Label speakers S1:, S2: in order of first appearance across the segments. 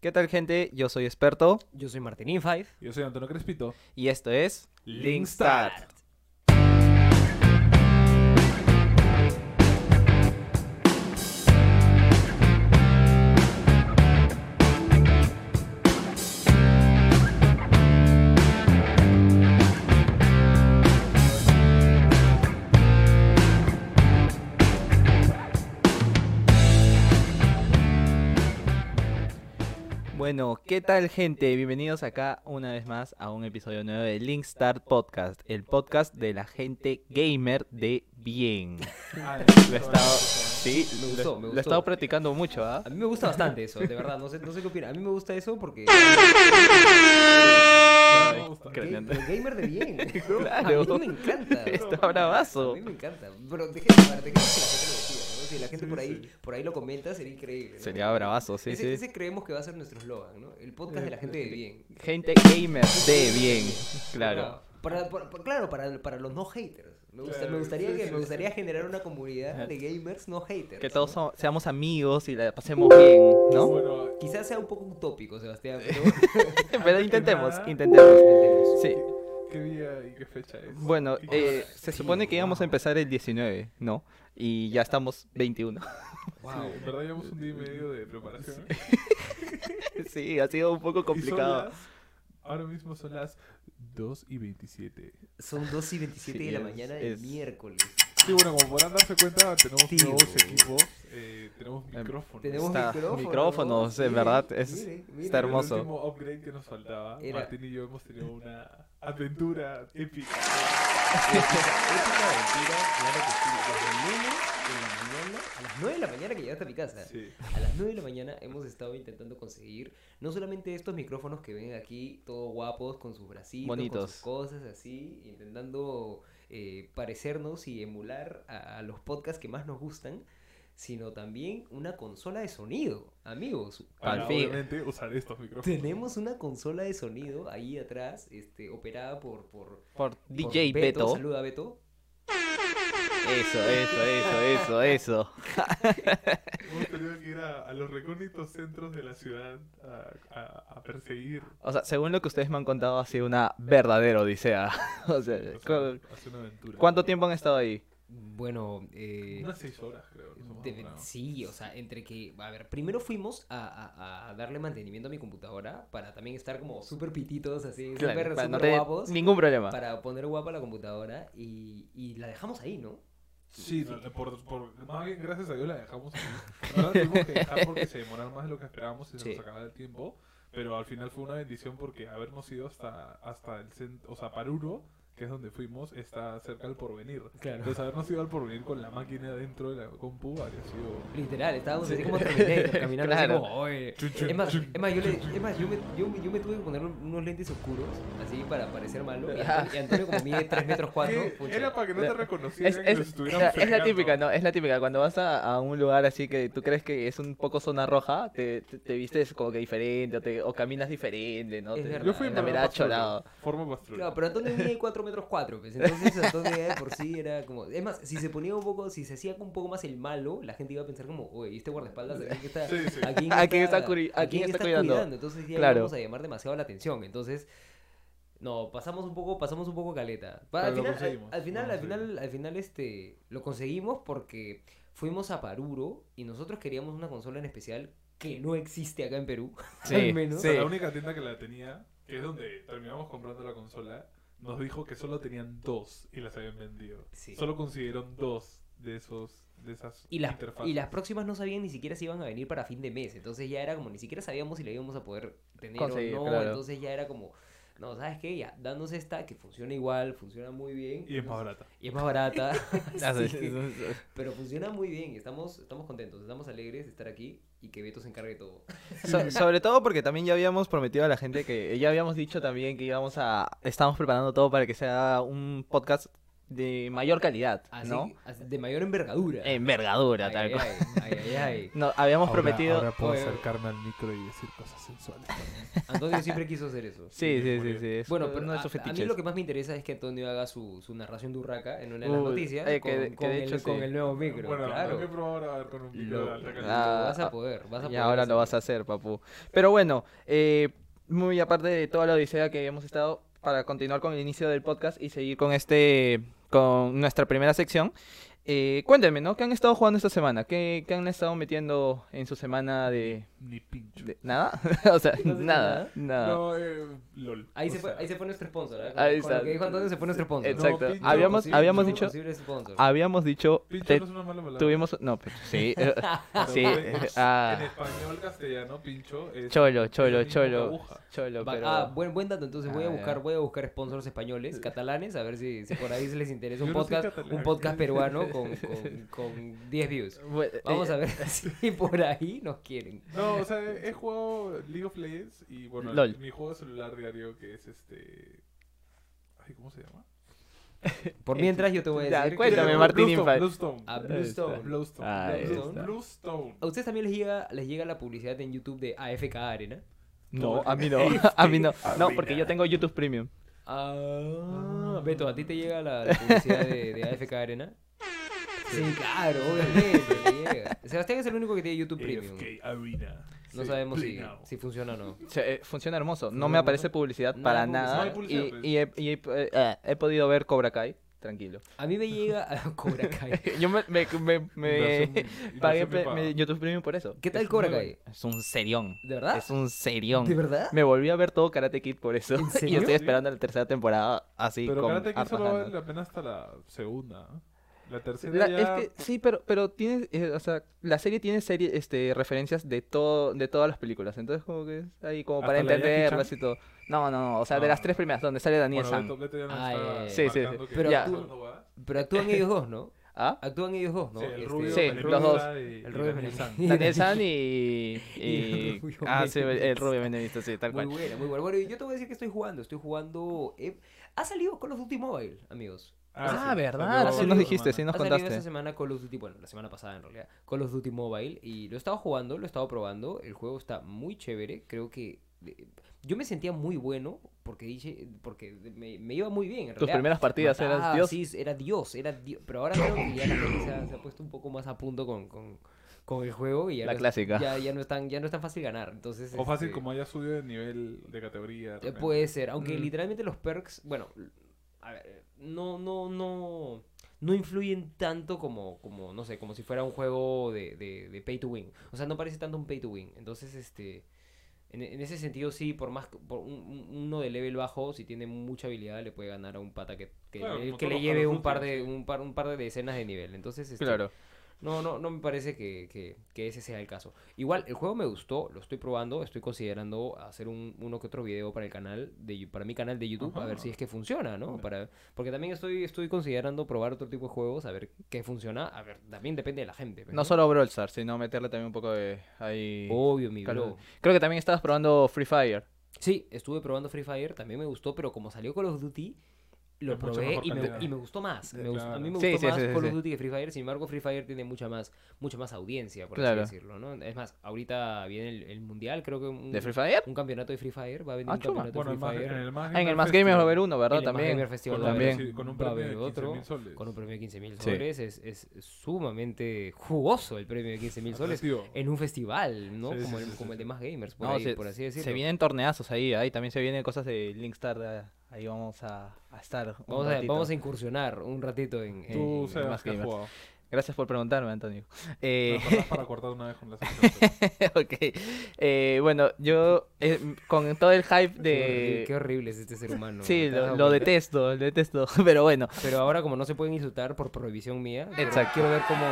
S1: ¿Qué tal, gente? Yo soy experto
S2: Yo soy Martín Infive.
S3: Yo soy Antonio Crespito.
S1: y esto es
S3: Linkstart.
S1: Bueno, ¿qué tal, gente? Bienvenidos acá una vez más a un episodio nuevo de Linkstart Podcast, el podcast de la gente gamer de bien.
S3: Ah,
S1: Lo he estado, sí,
S2: Me
S1: lo-
S2: gustó, me
S1: lo he
S2: gustó.
S1: estado practicando mucho, ¿ah?
S2: A mí me gusta bastante eso, de verdad. No sé, no sé qué opinan. A mí me gusta eso porque.
S1: Ay,
S2: Ga-
S1: craneando.
S2: pero gamer de bien.
S1: Claro.
S2: A mí me encanta.
S1: Está bravazo.
S2: A mí me encanta. Pero déjenme ver, déjenme que la gente lo decida. ¿no? Si la gente por, ahí, por ahí lo comenta, sería increíble. ¿no?
S1: Sería bravazo, sí, Eh,
S2: ese,
S1: sí.
S2: ese creemos que va a ser nuestro eslogan, ¿no? El podcast de la gente de bien.
S1: Gente gamer de bien, claro.
S2: Para, para- para- claro, para, para los no haters. Me, gusta-
S3: Claro,
S2: me gustaría,
S3: sí,
S2: que,
S3: sí,
S2: me
S3: sí.
S2: gustaría generar una comunidad de gamers no haters.
S1: Que
S2: ¿no?
S1: todos so- seamos amigos y la pasemos bien, ¿no?
S3: Bueno,
S2: Quizás sea un poco utópico, Sebastián, pero
S1: Pero intentemos,
S3: nada.
S1: intentemos.
S2: Intentemos.
S1: Sí,
S3: ¿qué día y qué fecha es?
S1: Bueno,
S3: ¿Y qué
S1: eh, se supone que íbamos a empezar el 19, ¿no? Y ya estamos 21.
S3: hora?
S2: Wow.
S3: Sí, en verdad llevamos un día y medio de preparación.
S1: sí, ha sido un poco complicado.
S3: Y son las- ahora mismo son las 2 y 27.
S2: Son 2 y 27
S1: Sí,
S2: de la
S1: es-
S2: mañana del
S1: es-
S2: miércoles.
S3: Sí, bueno, como podrán darse cuenta, tenemos
S2: Tío.
S3: nuevos equipos, eh, tenemos
S1: Em,
S3: micrófonos.
S2: Tenemos
S1: Está-
S2: micrófonos.
S1: micrófonos, en
S2: Miren,
S1: verdad, es-
S2: miren, miren.
S1: está hermoso.
S3: El último upgrade que nos faltaba.
S2: Era-
S3: Martín y yo hemos tenido una aventura épica.
S2: Épica aventura, claro que sí. Desde el lunes de la mañana, a las 9 de la mañana que llegaste a mi casa.
S3: Sí.
S2: A las 9 de la mañana hemos estado intentando conseguir no solamente estos micrófonos que ven aquí, todos guapos, con sus bracitos, con
S1: Bonitos.
S2: sus cosas así, intentando eh, parecernos y emular a, a los podcasts que más nos gustan, sino también una consola de sonido, amigos.
S1: Al
S3: Para,
S1: fin.
S3: obviamente, usar estos micrófonos.
S2: Tenemos una consola de sonido ahí atrás, este, operada por, por,
S1: Por
S2: por
S1: DJ Beto.
S2: Saluda a Beto.
S1: Eso, eso, eso, eso, eso.
S3: Hemos tenido que ir a, a los recónditos centros de la ciudad a, a- a perseguir.
S1: O sea, según lo que ustedes me han contado, ha sido una verdadera odisea. O sea,
S3: O sea,
S1: cu-
S3: hace una aventura.
S1: ¿cuánto tiempo han estado ahí?
S2: Bueno, eh,
S3: Unas seis horas, creo. nos hemos
S2: de-
S3: demorado.
S2: sí, o sea, entre que, a ver, primero fuimos a, a- a darle mantenimiento a mi computadora para también estar como súper pititos, así,
S1: Claro,
S2: súper
S1: para no
S2: súper
S1: tener
S2: guapos,
S1: ningún problema.
S2: para poner guapa la computadora y, y la dejamos ahí, ¿no?
S3: Sí, no, eh, por, por- más bien gracias a Dios la dejamos. ahí. Ahora tuvimos que dejar porque se demoraron más de lo que esperábamos y se
S2: Sí.
S3: nos acababa el tiempo. Pero al final fue una bendición porque habernos ido hasta, hasta el centro, o sea, Paruro, que es donde fuimos, está cerca del porvenir.
S2: Claro.
S3: Entonces habernos ido al porvenir con la máquina dentro de la compu habría sido...
S2: Literal, estábamos así como Terminator, caminando así
S1: Claro.
S2: como, "Oye".
S3: Chun, chun,
S2: Es más,
S3: chun,
S2: es más, yo, le-
S3: chun, chun.
S2: es más, yo me, yo- yo me tuve que poner unos lentes oscuros, así, para parecer malo. Y Antonio, y Antonio como mide 3 metros 4,
S3: ¿Qué? Eh, Era para que no te reconocieran
S1: Es,
S3: que
S1: es-
S3: los
S1: o
S3: estuvieran
S1: sea, es la
S3: fregando.
S1: típica, ¿no? Es la típica. Cuando vas a, a un lugar así que tú crees que es un poco zona roja, te, te, te vistes como que diferente o, te- o caminas diferente, ¿no?
S2: Es
S1: Te-
S2: verdad,
S3: Yo fui
S2: en
S1: la
S2: verdad,
S1: mirada
S3: pastrula,
S1: chorado.
S3: Forma pastrula.
S2: Claro, pero Antonio mide 4 metros 4, pues, entonces Antonio ya de por sí era como... Es más, si se ponía un poco, si se hacía un poco más el malo, la gente iba a pensar como, oye, ¿y este guardaespaldas aquí que está...
S3: Sí, sí.
S2: ¿A quién
S1: ¿A quién está curi- a
S2: a
S1: quién
S2: quién
S1: está
S2: está
S1: cuidando?
S2: Entonces ya
S1: Claro.
S2: íbamos a llamar demasiado la atención, entonces... No, pasamos un poco, pasamos un poco caleta.
S3: Pero
S2: Pa- al,
S3: lo
S2: final, al-
S3: conseguimos,
S2: al, final,
S3: lo
S2: al final,
S3: conseguimos.
S2: al final, este, lo conseguimos porque fuimos a Paruro y nosotros queríamos una consola en especial que no existe acá en Perú.
S1: Sí,
S2: al menos.
S3: O sea,
S1: sí.
S3: la única tienda que la tenía, que es donde terminamos comprando la consola, nos dijo que solo tenían dos y las habían vendido.
S2: Sí.
S3: Solo consiguieron dos de esos de esas
S2: Y las,
S3: interfaces.
S2: y las próximas no sabían ni siquiera si iban a venir para fin de mes. Entonces ya era como, ni siquiera sabíamos si la íbamos a poder tener
S1: Conseguir,
S2: o no.
S1: claro.
S2: Entonces ya era como, no, ¿sabes qué? Ya, dándose esta que funciona igual, funciona muy bien.
S3: Y es más
S2: nos-
S3: barata.
S2: y es más barata.
S1: Así.
S2: Sí, pero funciona muy bien. y Estamos, estamos contentos, estamos alegres de estar aquí y que Beto se encargue de todo.
S1: So- sobre todo porque también ya habíamos prometido a la gente que ya habíamos dicho también que íbamos a estamos preparando todo para que sea un podcast de mayor calidad,
S2: Así-
S1: ¿no?
S2: así- de mayor envergadura.
S1: Envergadura,
S2: Ay,
S1: tal
S2: ay,
S1: cual.
S2: ay, ay, ay.
S1: No, habíamos
S3: Ahora-
S1: prometido.
S3: Ahora puedo
S2: Oye.
S3: acercarme al micro y decir cosas sensuales.
S2: Antonio siempre quiso hacer eso.
S1: Sí, sí, sí,
S3: Morir.
S1: sí. es
S2: Bueno,
S1: uno
S2: pero
S1: de
S2: a,
S1: esos
S2: a mí
S1: fetiches.
S2: lo que más me interesa es que Antonio haga su, su narración de Urraca en una de las
S1: Uy,
S2: noticias
S1: eh, que
S2: con,
S1: de- que
S2: con
S1: de
S2: el,
S1: hecho
S2: con
S1: sí.
S2: el nuevo micro.
S3: bueno, hay
S2: claro.
S3: que probar a ver con un micro de
S2: Lo-
S3: alta
S2: lo
S3: calidad.
S1: Ah,
S2: vas a poder, vas a
S1: Y
S2: poder
S1: ahora lo
S2: hacerlo.
S1: vas a hacer, papu. Pero bueno, eh, muy aparte de toda la odisea que habíamos estado para continuar con el inicio del podcast y seguir con este con nuestra primera sección. eh, cuéntenme, ¿no? ¿Qué han estado jugando esta semana? ¿Qué, qué han estado metiendo en su semana de,
S3: Ni pincho.
S1: de- nada? o sea,
S2: No sé
S1: nada, nada.
S3: No, eh, lol.
S2: Ahí
S3: O
S2: se, fue,
S3: sea,
S2: ahí se fue nuestro sponsor. ¿eh?
S1: Ahí
S2: Con- con lo
S1: está.
S2: que dijo Antonio se fue nuestro sponsor.
S1: Exacto.
S3: No, pincho,
S1: habíamos
S3: posible,
S1: habíamos
S3: no,
S1: dicho, Ah,
S2: posible sponsor.
S1: habíamos dicho,
S3: Pincho
S1: te-
S3: no es una mala palabra.
S1: tuvimos, no, pero sí, eh,
S3: Pero
S1: sí,
S3: en-
S1: eh, ah.
S3: En español castellano, pincho es
S1: cholo,
S3: es la
S1: cholo,
S3: misma
S1: cholo,
S3: aguja.
S1: cholo,
S2: Va-
S1: pero-
S2: Ah, buen, buen dato. Entonces voy a
S1: Ah, ya.
S2: buscar, voy a buscar sponsors españoles, catalanes, a ver si, si por ahí les interesa un
S3: Yo no soy
S2: podcast,
S3: catalán.
S2: un podcast peruano con, con, con 10 views.
S1: Bueno, eh,
S2: Vamos a ver si por ahí nos quieren.
S3: No, o sea, he jugado League of Legends y bueno,
S1: LOL.
S3: mi juego de celular diario que es este. Ay, ¿cómo se llama?
S2: Por mientras yo te voy a
S1: eh, Ya,
S2: decir. que-
S1: cuéntame, Martín
S3: Blue
S1: Infante.
S3: Bluestone.
S2: A
S3: Ah, Bluestone.
S2: Bluestone.
S3: Bluestone.
S1: Ahí
S3: Bluestone.
S2: está.
S3: Bluestone.
S2: ¿A ustedes también les llega, les llega la publicidad en YouTube de AFK Arena?
S1: No,
S3: Todo
S1: a
S3: el
S1: mí no, a mí no. No, porque yo tengo YouTube Premium.
S2: Ah, Beto, ¿a ti te llega la, la publicidad de, de AFK Arena? Sí, claro, obviamente, te llega. Sebastián es el único que tiene YouTube Premium.
S3: AFK Arena.
S2: No
S3: Sí,
S2: sabemos
S3: play
S2: si,
S3: now.
S2: si funciona o no.
S1: Se- eh, funciona hermoso. No
S2: Funciona
S1: me aparece
S2: hermoso.
S1: publicidad
S2: Nada
S1: para
S2: de publicidad.
S1: nada.
S3: No hay publicidad,
S1: y
S3: pues.
S1: y he, y he- eh, eh, he podido ver Cobra Kai, tranquilo.
S2: A mí me llega Cobra Kai.
S1: Yo me, me, me- me
S3: Inversión- inversión
S1: pagué
S3: bien
S1: pre-
S3: paga.
S1: me- YouTube Premium por eso.
S2: ¿Qué tal
S1: Es
S2: Cobra
S1: muy
S2: Kai?
S1: bueno. Es un serión.
S2: ¿De verdad?
S1: Es un serión.
S2: ¿De verdad?
S1: Me volví a ver todo Karate Kid por eso.
S2: ¿En
S1: Y
S2: serio?
S1: estoy esperando la tercera temporada así
S3: Pero
S1: con
S3: Karate Kid
S1: hartas
S3: solo vale
S1: ganas.
S3: la pena hasta la segunda. ¿no? La tercera
S1: La-
S3: ya...
S1: es que sí, pero pero tiene, eh, o sea, la serie tiene serie, este, referencias de todo, de todas las películas, entonces como que es ahí como para
S3: ¿Hasta la de Jackie
S1: entenderlas
S3: Chan?
S1: y todo. No, no, no, o sea, de
S3: Ah.
S1: las tres primeras donde sale Daniel
S3: Bueno,
S1: San.
S3: Beto- Beto ya nos
S2: Ah,
S3: está
S2: ya, ya, ya.
S1: Sí, sí,
S3: marcando
S1: sí.
S3: que
S2: Pero
S3: está
S2: tú-
S3: hablando huevadas.
S2: Pero actúan ellos dos, ¿no?
S1: ¿Ah?
S2: Actúan ellos dos, ¿no?
S3: Sí, el
S2: Este,
S3: rubio,
S1: Sí,
S3: el
S1: los
S3: rubio
S1: dos.
S3: era y-
S2: El
S3: y
S2: rubio
S3: Daniel
S2: era-
S3: San.
S1: Daniel San y, y-
S2: Y el rubio
S1: ah, sí, el
S2: Benedicto.
S1: rubio Benedicto, sí, tal
S2: Muy
S1: cual.
S2: buena, muy buena. Bueno, yo te voy a decir que estoy jugando. Estoy jugando. eh, ha salido Call of Duty Mobile, amigos.
S1: Ah,
S3: sí,
S1: verdad,
S3: salió
S1: así
S3: la
S1: nos dijiste, sí
S3: semana.
S1: nos
S2: ha salido
S1: contaste.
S2: esta semana Call of Duty, bueno, la semana pasada en realidad, Call of Duty Mobile y lo he estado jugando, lo he estado probando, el juego está muy chévere, creo que eh, yo me sentía muy bueno porque dije porque me, me iba muy bien en
S1: Tus
S2: realidad.
S1: primeras partidas eras
S2: Mataba,
S1: Dios.
S2: Sí, era Dios, era Dios, pero ahora creo que ya la gente se ha, se ha puesto un poco más a punto con, con, con el juego y ya
S1: La
S2: no es-
S1: clásica.
S2: Ya, ya no es tan ya no es tan fácil ganar, entonces
S3: O fácil
S2: este,
S3: como haya subido de nivel de categoría. de
S2: eh,
S3: repente.
S2: Puede ser, aunque
S1: Mm.
S2: literalmente los perks, bueno, a ver, no, no, no, no influyen tanto como, como, no sé, como si fuera un juego de, de, de pay to win. O sea, no parece tanto un pay to win. Entonces, este, en, en ese sentido sí, por más, que- por un- un- uno de level bajo, si tiene mucha habilidad, le puede ganar a un pata que, que,
S3: Claro,
S2: le,
S3: como
S2: que
S3: todos
S2: le
S3: los
S2: lleve
S3: Call of
S2: un par
S3: Duty,
S2: de, un par, un par de decenas de nivel. Entonces, este,
S1: Claro.
S2: no, no, no me parece que, que- que ese sea el caso. Igual, el juego me gustó, lo estoy probando, estoy considerando hacer un, uno que otro video para el canal, de, Yu- para mi canal de YouTube, a ver
S3: Ajá.
S2: si es que funciona, ¿no?
S3: Vale.
S2: Para, porque también estoy, estoy considerando probar otro tipo de juegos, a ver qué funciona, a ver, también depende de la gente. pues,
S1: No solo Brawl Stars, sino meterle también un poco de ahí.
S2: Obvio, mi
S1: Call of
S2: bro.
S1: Duty. Creo que también estabas probando Free Fire.
S2: Sí, estuve probando Free Fire, también me gustó, pero como salió Call of Duty, lo
S3: Es mucho
S2: probé
S3: mejor
S2: y me,
S3: calidad.
S2: y me gustó más. Me gust- a mí me
S1: Sí,
S2: gustó
S1: sí,
S2: más
S1: sí, sí,
S2: Call
S1: sí.
S2: of Duty que Free Fire, sin embargo, Free Fire tiene mucha más, mucha más audiencia, por
S1: Claro.
S2: así decirlo, ¿no? Es más, ahorita viene el, el mundial, creo que un,
S1: ¿De Free Fire?
S2: un campeonato de Free Fire, va a venir
S1: Ah,
S2: un
S1: chuma.
S2: campeonato
S3: Bueno,
S2: de
S3: en,
S2: Free
S3: más, en
S2: Fire.
S3: el más
S1: En el Más Gamer va a haber uno, ¿verdad?
S2: en el Más
S1: También.
S2: Gamer
S3: Con,
S2: Festival
S3: un
S2: va a haber-
S1: También.
S3: premio- con un
S2: va a
S3: premio de
S2: haber
S3: 15 mil
S2: otro.
S3: soles.
S2: Con un premio de 15.000
S1: Sí.
S2: soles, es, es sumamente jugoso el premio de
S3: Ah,
S2: 15.000 soles
S3: Atractivo.
S2: en un festival, ¿no?
S3: Sí, sí,
S2: como el,
S3: sí, sí,
S2: como el de
S3: sí.
S2: Más Gamers, por,
S1: No,
S2: ahí-
S1: se,
S2: por así
S1: se
S2: decirlo.
S1: vienen torneazos ahí, ahí también se vienen cosas de Linkstar, eh, ahí vamos a, a estar. un
S2: Vamos a,
S1: ratito.
S2: vamos a incursionar un ratito en... en-
S3: Tú,
S2: en-
S1: sea,
S3: Sebas,
S1: Más
S3: que has
S1: Gamer.
S3: jugado.
S1: Gracias por preguntarme, Antonio.
S3: Me
S1: Eh,
S3: acordás para cortar una vez con la sección.
S1: ok. Eh, bueno, yo eh, con todo el hype
S2: Qué horri- Qué
S1: de...
S2: horrible es este ser humano.
S1: Sí,
S2: ¿te has
S1: lo,
S2: dado
S1: lo
S2: cuenta?
S1: detesto, lo detesto, pero bueno.
S2: Pero ahora como no se pueden insultar por prohibición mía, quiero-
S1: Exacto.
S2: quiero ver cómo...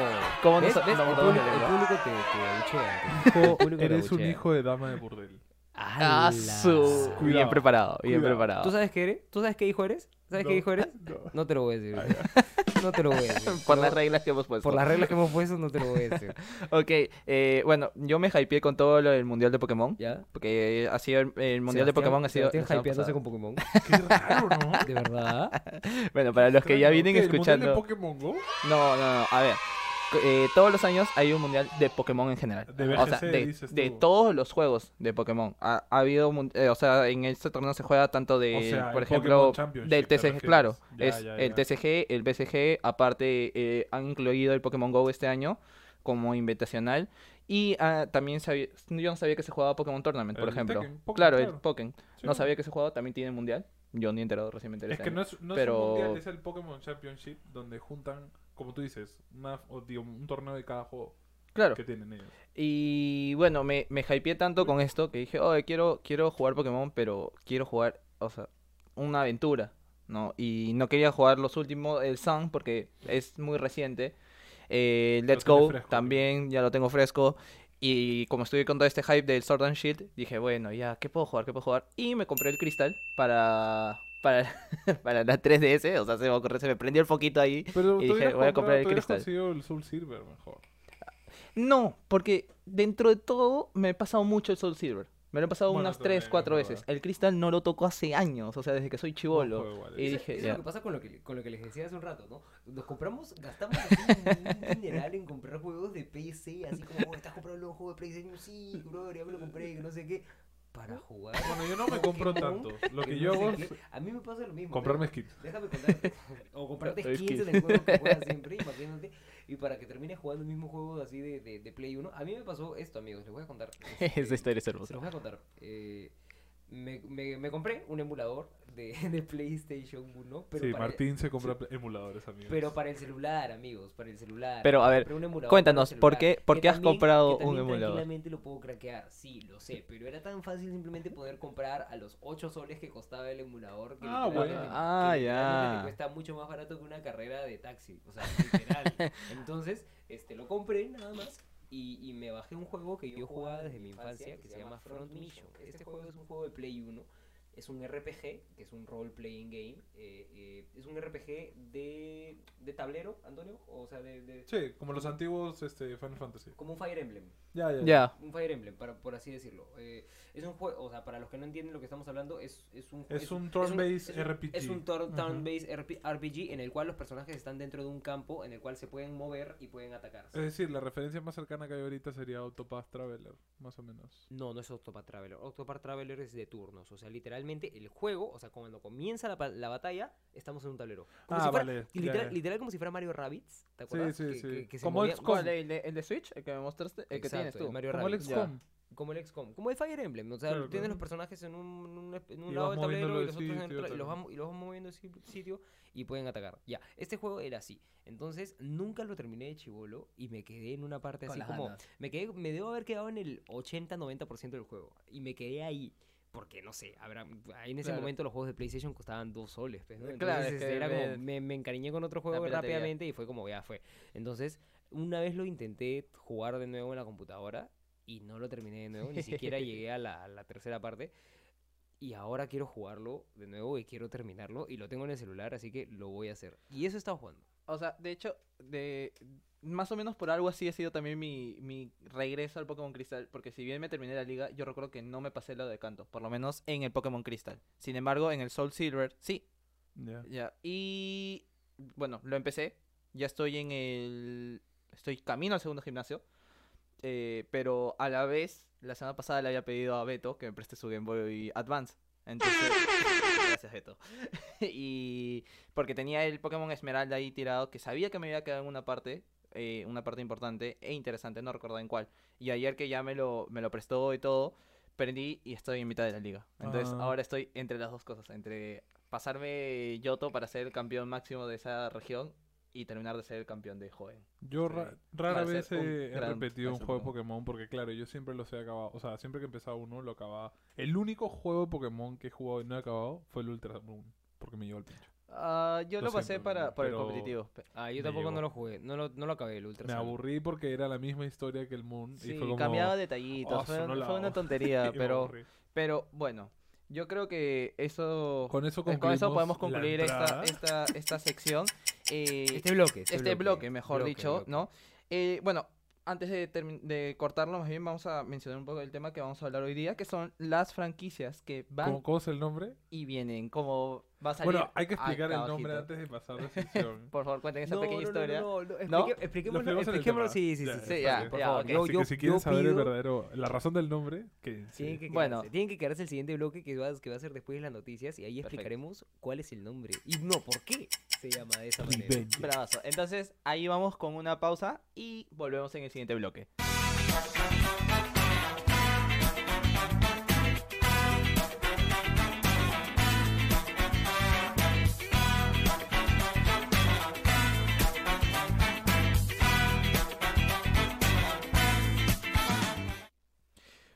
S1: ¿Cómo
S2: ¿Ves?
S1: nos-
S2: ¿Ves?
S1: nos
S2: El
S1: mordemos
S2: público
S1: la
S2: el
S1: lengua?
S2: público te, te abuchea. El
S3: Hijo,
S2: público te
S3: Eres un
S2: abuchea.
S3: hijo de dama de burdel.
S1: Ah,
S2: ¡Hala!
S1: su-
S3: Cuidado,
S1: Bien preparado, bien
S3: cuidado.
S1: preparado.
S2: ¿Tú sabes qué eres? ¿Tú sabes qué hijo eres? ¿Sabes qué
S3: No.
S2: hijo eres?
S3: No.
S2: No te lo voy a decir. No te lo voy a decir.
S1: por
S2: No-
S1: las reglas que hemos puesto.
S2: por las reglas que hemos puesto, no te lo voy a decir.
S1: Ok, eh, bueno, yo me hypeé con todo lo del mundial de Pokémon.
S2: ¿Ya?
S1: Porque ha sido el, el mundial de Pokémon ha sido. la
S2: Sebastián
S1: semana
S2: hypeándose
S1: pasada.
S2: con Pokémon.
S3: Qué raro, ¿no?
S2: De verdad.
S1: Bueno, para los que ya
S3: Extraño.
S1: vienen
S3: ¿Qué, el mundial
S1: escuchando.
S3: de Pokémon Go?
S1: No, no, no. A ver. co- eh, todos los años hay un mundial de Pokémon en general.
S3: De
S1: o sea,
S3: BGC,
S1: de,
S3: dices
S1: de
S3: tú.
S1: todos los juegos de Pokémon. Ha, ha habido, mun- eh, o sea, en este torneo se juega tanto de,
S3: O sea,
S1: por
S3: el Pokémon
S1: ejemplo,
S3: Championship
S1: del
S3: te
S1: TCG,
S3: refieres.
S1: claro.
S3: Ya,
S1: es
S3: ya,
S1: el
S3: ya.
S1: TCG, el BCG, aparte eh, han incluido el Pokémon Go este año como invitacional. Y ah, también sabía, yo no sabía que se jugaba Pokémon Tournament, por
S3: El
S1: ejemplo.
S3: Tekken, Pokémon,
S1: claro, el
S3: claro.
S1: Pokémon.
S3: Sí,
S1: no sabía que ese juego también tiene mundial. Yo ni he enterado, recién me enteré.
S3: Es
S1: este
S3: que
S1: año.
S3: no es, no
S1: Pero-
S3: es un mundial, es el Pokémon Championship donde juntan, como tú dices, una, o digo, un torneo de cada juego
S1: Claro.
S3: que tienen ellos.
S1: Y bueno, me, me hypeé tanto con esto que dije, oye, quiero, quiero jugar Pokémon, pero quiero jugar, o sea, una aventura, ¿no? Y no quería jugar los últimos, el Sun, porque es muy reciente. Eh, Let's
S3: tienes
S1: Go
S3: fresco,
S1: también, ya lo tengo fresco. Y como estuve con todo este hype del Sword and Shield, dije, bueno, ya, ¿qué puedo jugar? ¿Qué puedo jugar? Y me compré el cristal para, para, para la 3DS, o sea, se me ocurrió, se me prendió el foquito ahí.
S3: Pero
S1: Y dije,
S3: tú hubieras
S1: voy a comprar
S3: comprado-
S1: el
S3: tú hubieras
S1: cristal.
S3: conseguido el Soul Silver mejor.
S1: No, porque dentro de todo me he pasado mucho el Soul Silver. Me lo he pasado
S3: Bueno,
S1: unas
S3: también,
S1: 3, 4
S3: es
S1: veces.
S3: verdad.
S1: El cristal no lo toco hace años, o sea, desde que soy
S3: No
S1: chivolo.
S3: juego igual, eh.
S1: Y
S3: es-
S2: Eso-
S1: dije,
S2: eso
S1: ya.
S2: es lo que pasa con lo que, con lo que les decía hace un rato, ¿no? Nos compramos, gastamos así un dineral en comprar juegos de PC, así como, oh, estás comprando un juego de PlayStation, sí, brother, ya me lo compré, que no sé qué, para jugar.
S3: Bueno, yo no me compro
S2: Pokémon,
S3: tanto. Lo que
S2: no
S3: yo
S2: sé
S3: hago
S2: qué.
S3: es
S2: A mí me pasa lo mismo.
S3: comprarme
S2: pero
S3: skins.
S2: Déjame contarte. O comprarte
S1: Estoy
S2: skins en
S1: skin.
S2: el juego que juegas siempre, imagínate. Y para que termines jugando el mismo juego así de, de, de Play 1. A mí me pasó esto, amigos, les voy a contar.
S1: Esa
S2: Este,
S1: historia es
S2: se
S1: hermosa.
S2: los voy a contar. Eh, me, me, me compré un emulador de, de PlayStation 1, pero,
S3: sí,
S2: para,
S3: Martín se compra emuladores, amigos.
S2: pero para el celular, amigos, para el celular.
S1: Pero, a ver,
S2: Compré un emulador para el
S1: cuéntanos, ¿por
S2: celular,
S1: qué- por
S2: que
S1: qué has
S2: también-
S1: comprado
S2: que
S1: un
S2: también
S1: emulador?
S2: Tranquilamente lo puedo craquear, sí, lo sé, pero era tan fácil simplemente poder comprar a los 8 soles que costaba el emulador. Que
S3: Ah,
S2: literalmente-
S3: bueno.
S2: que
S1: Ah,
S2: literalmente
S1: ya.
S2: Te cuesta mucho más barato que una carrera de taxi, o sea, literal. Entonces, este, lo compré nada más y, y me bajé un juego que yo jugaba desde mi infancia que se llama Front Mission. Este juego es un juego de Play 1, es un RPG, que es un role-playing game. eh, eh, es un RPG de, de tablero, Antonio, o sea, de, de-
S3: Sí, como los antiguos este, Final Fantasy.
S2: como un Fire Emblem
S3: Ya, ya.
S1: Ya.
S2: un Fire Emblem, para, por así decirlo. Eh, es un juego, o sea, para los que no entienden lo que estamos hablando, es, es un
S3: Es un
S2: es un-
S3: turn-based
S2: es un-
S3: RPG.
S2: Es un tur-
S1: Ujú.
S2: turn-based RP RPG en el cual los personajes están dentro de un campo en el cual se pueden mover y pueden atacar.
S3: Es decir, la referencia más cercana que hay ahorita sería Autopath Traveler, más o menos.
S2: No, no es Octopath Traveler. Octopath Traveler es de turnos. O sea, literalmente el juego, o sea, cuando comienza la, pa- la batalla, estamos en un tablero. Como
S3: Ah,
S2: si fuera-
S3: vale, ya,
S2: Literal,
S3: ya.
S2: literal como si fuera Mario Rabbids, ¿te acuerdas?
S3: sí, sí.
S2: se
S3: Como
S2: movía-
S3: el Scott.
S1: ¿Cuál? ¿El, de- el de Switch? ¿El que me mostraste? ¿El que tienes
S2: Exacto,
S1: tú?
S2: el Mario
S3: Como el
S2: Rabbids.
S3: XCOM.
S2: Como el XCOM, como el Fire Emblem. O sea,
S3: Claro,
S2: tienes
S3: claro.
S2: los personajes en un, en un- en un
S3: Y
S2: lado
S3: vas
S2: del tablero
S3: moviéndolo
S2: y
S3: de
S2: los otros en el
S3: sitio,
S2: otro, y
S3: tal.
S2: los, van- y los vas moviendo de si- sitio y pueden atacar. Ya, este juego era así. Entonces, nunca lo terminé de chivolo y me quedé en una parte así como. Me, quedé, me debo haber quedado en el 80-90% del juego y me quedé ahí. Porque no sé, habrá, ahí en ese
S1: Claro.
S2: momro los juegos de PlayStation costaban dos soles. pues, ¿no?
S1: Claro,
S2: Entonces,
S1: es que
S2: este, era como,
S1: ver-
S2: me, me encariñé con otro juego
S1: piratería.
S2: rápidamente y fue como, ya fue. Entonces, una vez lo intenté jugar de nuevo en la computadora y no lo terminé de nuevo, ni siquiera llegué a la, a la tercera parte. Y ahora quiero jugarlo de nuevo y quiero terminarlo y lo tengo en el celular, así que lo voy a hacer. Y eso estaba jugando.
S1: O sea, de hecho, de más o menos por algo así ha sido también mi, mi regreso al Pokémon Cristal, porque si bien me terminé la liga, yo recuerdo que no me pasé lo de canto, por lo menos en el Pokémon Cristal. Sin embargo, en el Soul Silver, sí,
S3: Ya.
S1: Ya, y bueno, lo empecé. Ya estoy en el. Estoy camino al segundo gimnasio. eh, pero a la vez, la semana pasada le había pedido a Beto que me preste su Game Boy Advance. Entonces. Gracias, Beto. y. Porque tenía el Pokémon Esmeralda ahí tirado, que sabía que me había quedado en una parte. eh, una parte importante e interesante, no recuerdo en cuál. Y ayer que ya me lo, me lo prestó y todo, perdí y estoy en mitad de la liga. Entonces
S3: Ah.
S1: ahora estoy entre las dos cosas, entre pasarme Yoto para ser el campeón máximo de esa región y terminar de ser el campeón de joven.
S3: Yo ra- rara
S1: Va a ser
S3: vez
S1: un
S3: he, he
S1: gran
S3: repetido un
S1: maestro
S3: juego de
S1: Pokémon.
S3: Pokémon porque, claro, yo siempre los he acabado. O sea, siempre que empezaba uno, lo acababa. El único juego de Pokémon que he jugado y no he acabado fue el Ultra Moon. Porque me llevó el pincho.
S1: Ah, yo
S3: Lo
S1: lo, pasé
S3: siento,
S1: para, por el
S3: pero-
S1: competitivo. pe-
S2: Ah, yo
S3: Me
S2: tampoco no
S3: llegó.
S2: lo jugué, no lo, no lo acabé el Ultra
S3: Me
S2: Sun.
S3: aburrí porque era la misma historia que el Moon. y
S1: Sí,
S3: fue como...
S1: cambiaba detallitos.
S3: "Oh,
S1: fue,
S3: sonó la
S1: fue una
S3: voz".
S1: tontería,
S3: y me
S1: pero,
S3: aburrí.
S1: Pero bueno, yo creo que eso.
S3: Con eso
S1: Con eso podemos
S3: la
S1: concluir esta,
S3: entrada.
S1: esta, esta sección. Eh,
S2: Este bloque.
S1: este bloque, mejor dicho, ¿no? Eh, bueno, antes de, termin- de cortarlo, más bien vamos a mencionar un poco el tema que vamos a hablar hoy día, que son las franquicias que van
S3: ¿Cómo, cómo es el nombre?
S1: y vienen, como va a salir.
S3: Bueno, hay que
S1: acá
S3: explicar el nombre
S1: abajito.
S3: antes de pasar la sección.
S1: Por favor, cuenten esa
S2: no,
S1: pequeña
S2: no,
S1: historia.
S2: No, no, no,
S1: ¿No?
S2: explique- expliquémoslo-
S3: Lo explicamos en el
S2: expliquémoslo,
S3: tema.
S2: sí, sí,
S3: Ya,
S2: sí,
S3: está
S2: sí,
S1: bien.
S2: ya, por
S1: Ya,
S2: favor.
S1: ok.
S2: Yo-
S3: Así
S2: yo-
S3: que si
S2: yo
S3: quieren saber el
S2: pido-
S3: verdadero, la razón del nombre, que
S2: Tienen que quedarse.
S1: Bueno.
S2: Tienen que quedarse el siguiente bloque que va, que va a ser después de las noticias y ahí
S1: Perfecto.
S2: explicaremos cuál es el nombre y no por qué se llama de esa manera.
S3: Revenge.
S1: Bravazo. Entonces, ahí vamos con una pausa y volvemos en el siguiente bloque.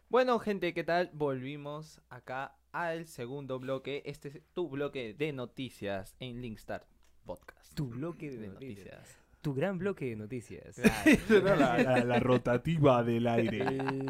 S1: Bueno, gente, ¿qué tal? Volvimos acá al segundo bloque. Este es tu bloque de noticias en Linkstar Podcast.
S2: Tu bloque de, noticias. Tu gran bloque de noticias.
S3: Era la, la- la rotativa del aire.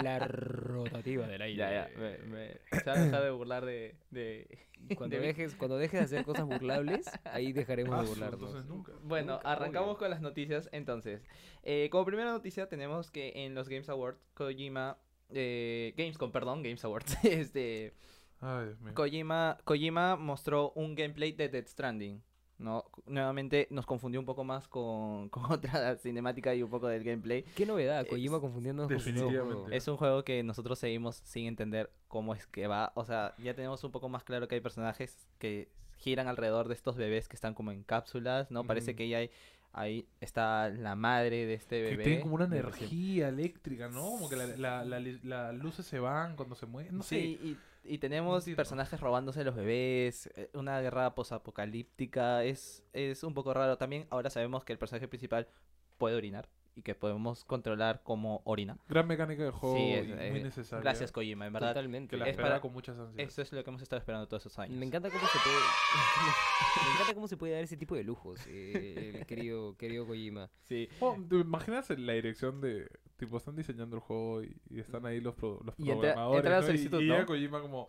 S2: la rotativa del aire.
S1: Ya, ya, me, me- se van a dejar de burlar de... de-
S2: Cuando,
S1: de mí.
S2: dejes, cuando dejes de hacer cosas burlables, ahí dejaremos
S3: Ah,
S2: de
S3: su-
S2: burlarnos.
S3: entonces nunca.
S1: Bueno,
S2: Nunca,
S1: arrancamos
S2: obvio.
S1: con las noticias entonces. Eh, como primera noticia tenemos que en los Games Awards, Kojima... eh, Gamescom, perdón, Games Awards.
S2: Eh.
S1: Este,
S3: Ay, Dios mío.
S1: Kojima, Kojima mostró un gameplay de Death Stranding. No, nuevamente nos confundió un poco más con, con otra cinemática y un poco del gameplay.
S2: Qué novedad,
S1: Es-
S2: Kojima confundiéndonos con su nuevo
S3: Definitivamente.
S2: juego.
S1: Es un juego que nosotros seguimos sin entender cómo es que va. O sea, ya tenemos un poco más claro que hay personajes que giran alrededor de estos bebés que están como en cápsulas, ¿no? Parece
S2: Ujú.
S1: que ya hay, ahí está la madre de este
S3: Que
S1: bebé.
S3: tienen como una
S1: de
S3: energía eléctrica, ¿no? Como que la- la- la- las luces se van cuando se mueven. No sé.
S1: Sí, y, y tenemos
S3: entiendo.
S1: personajes robándose los bebés, eh, una guerra posapocalíptica, es, es un poco raro. También ahora sabemos que el personaje principal puede orinar y que podemos controlar cómo orina.
S3: Gran mecánica de juego
S1: Sí,
S3: y
S1: es,
S3: muy
S1: eh,
S3: necesaria.
S1: Gracias, Kojima, en verdad.
S2: Totalmente.
S3: Que la
S1: Es
S3: espera
S1: para-
S3: con muchas ansias.
S1: Eso es lo que hemos estado esperando todos esos años.
S2: Me encanta cómo se puede. Me encanta cómo se puede dar ese tipo de lujos, eh, el querido, querido Kojima.
S1: Sí.
S3: Oh, ¿Te imaginas la dirección de... Tipo, están diseñando el juego y, y están ahí los, pro- los
S1: Y entra-
S3: programadores,
S1: entra la
S3: ¿no?
S1: solicitud,
S3: y, y llega
S1: ¿no?
S3: Kojima como...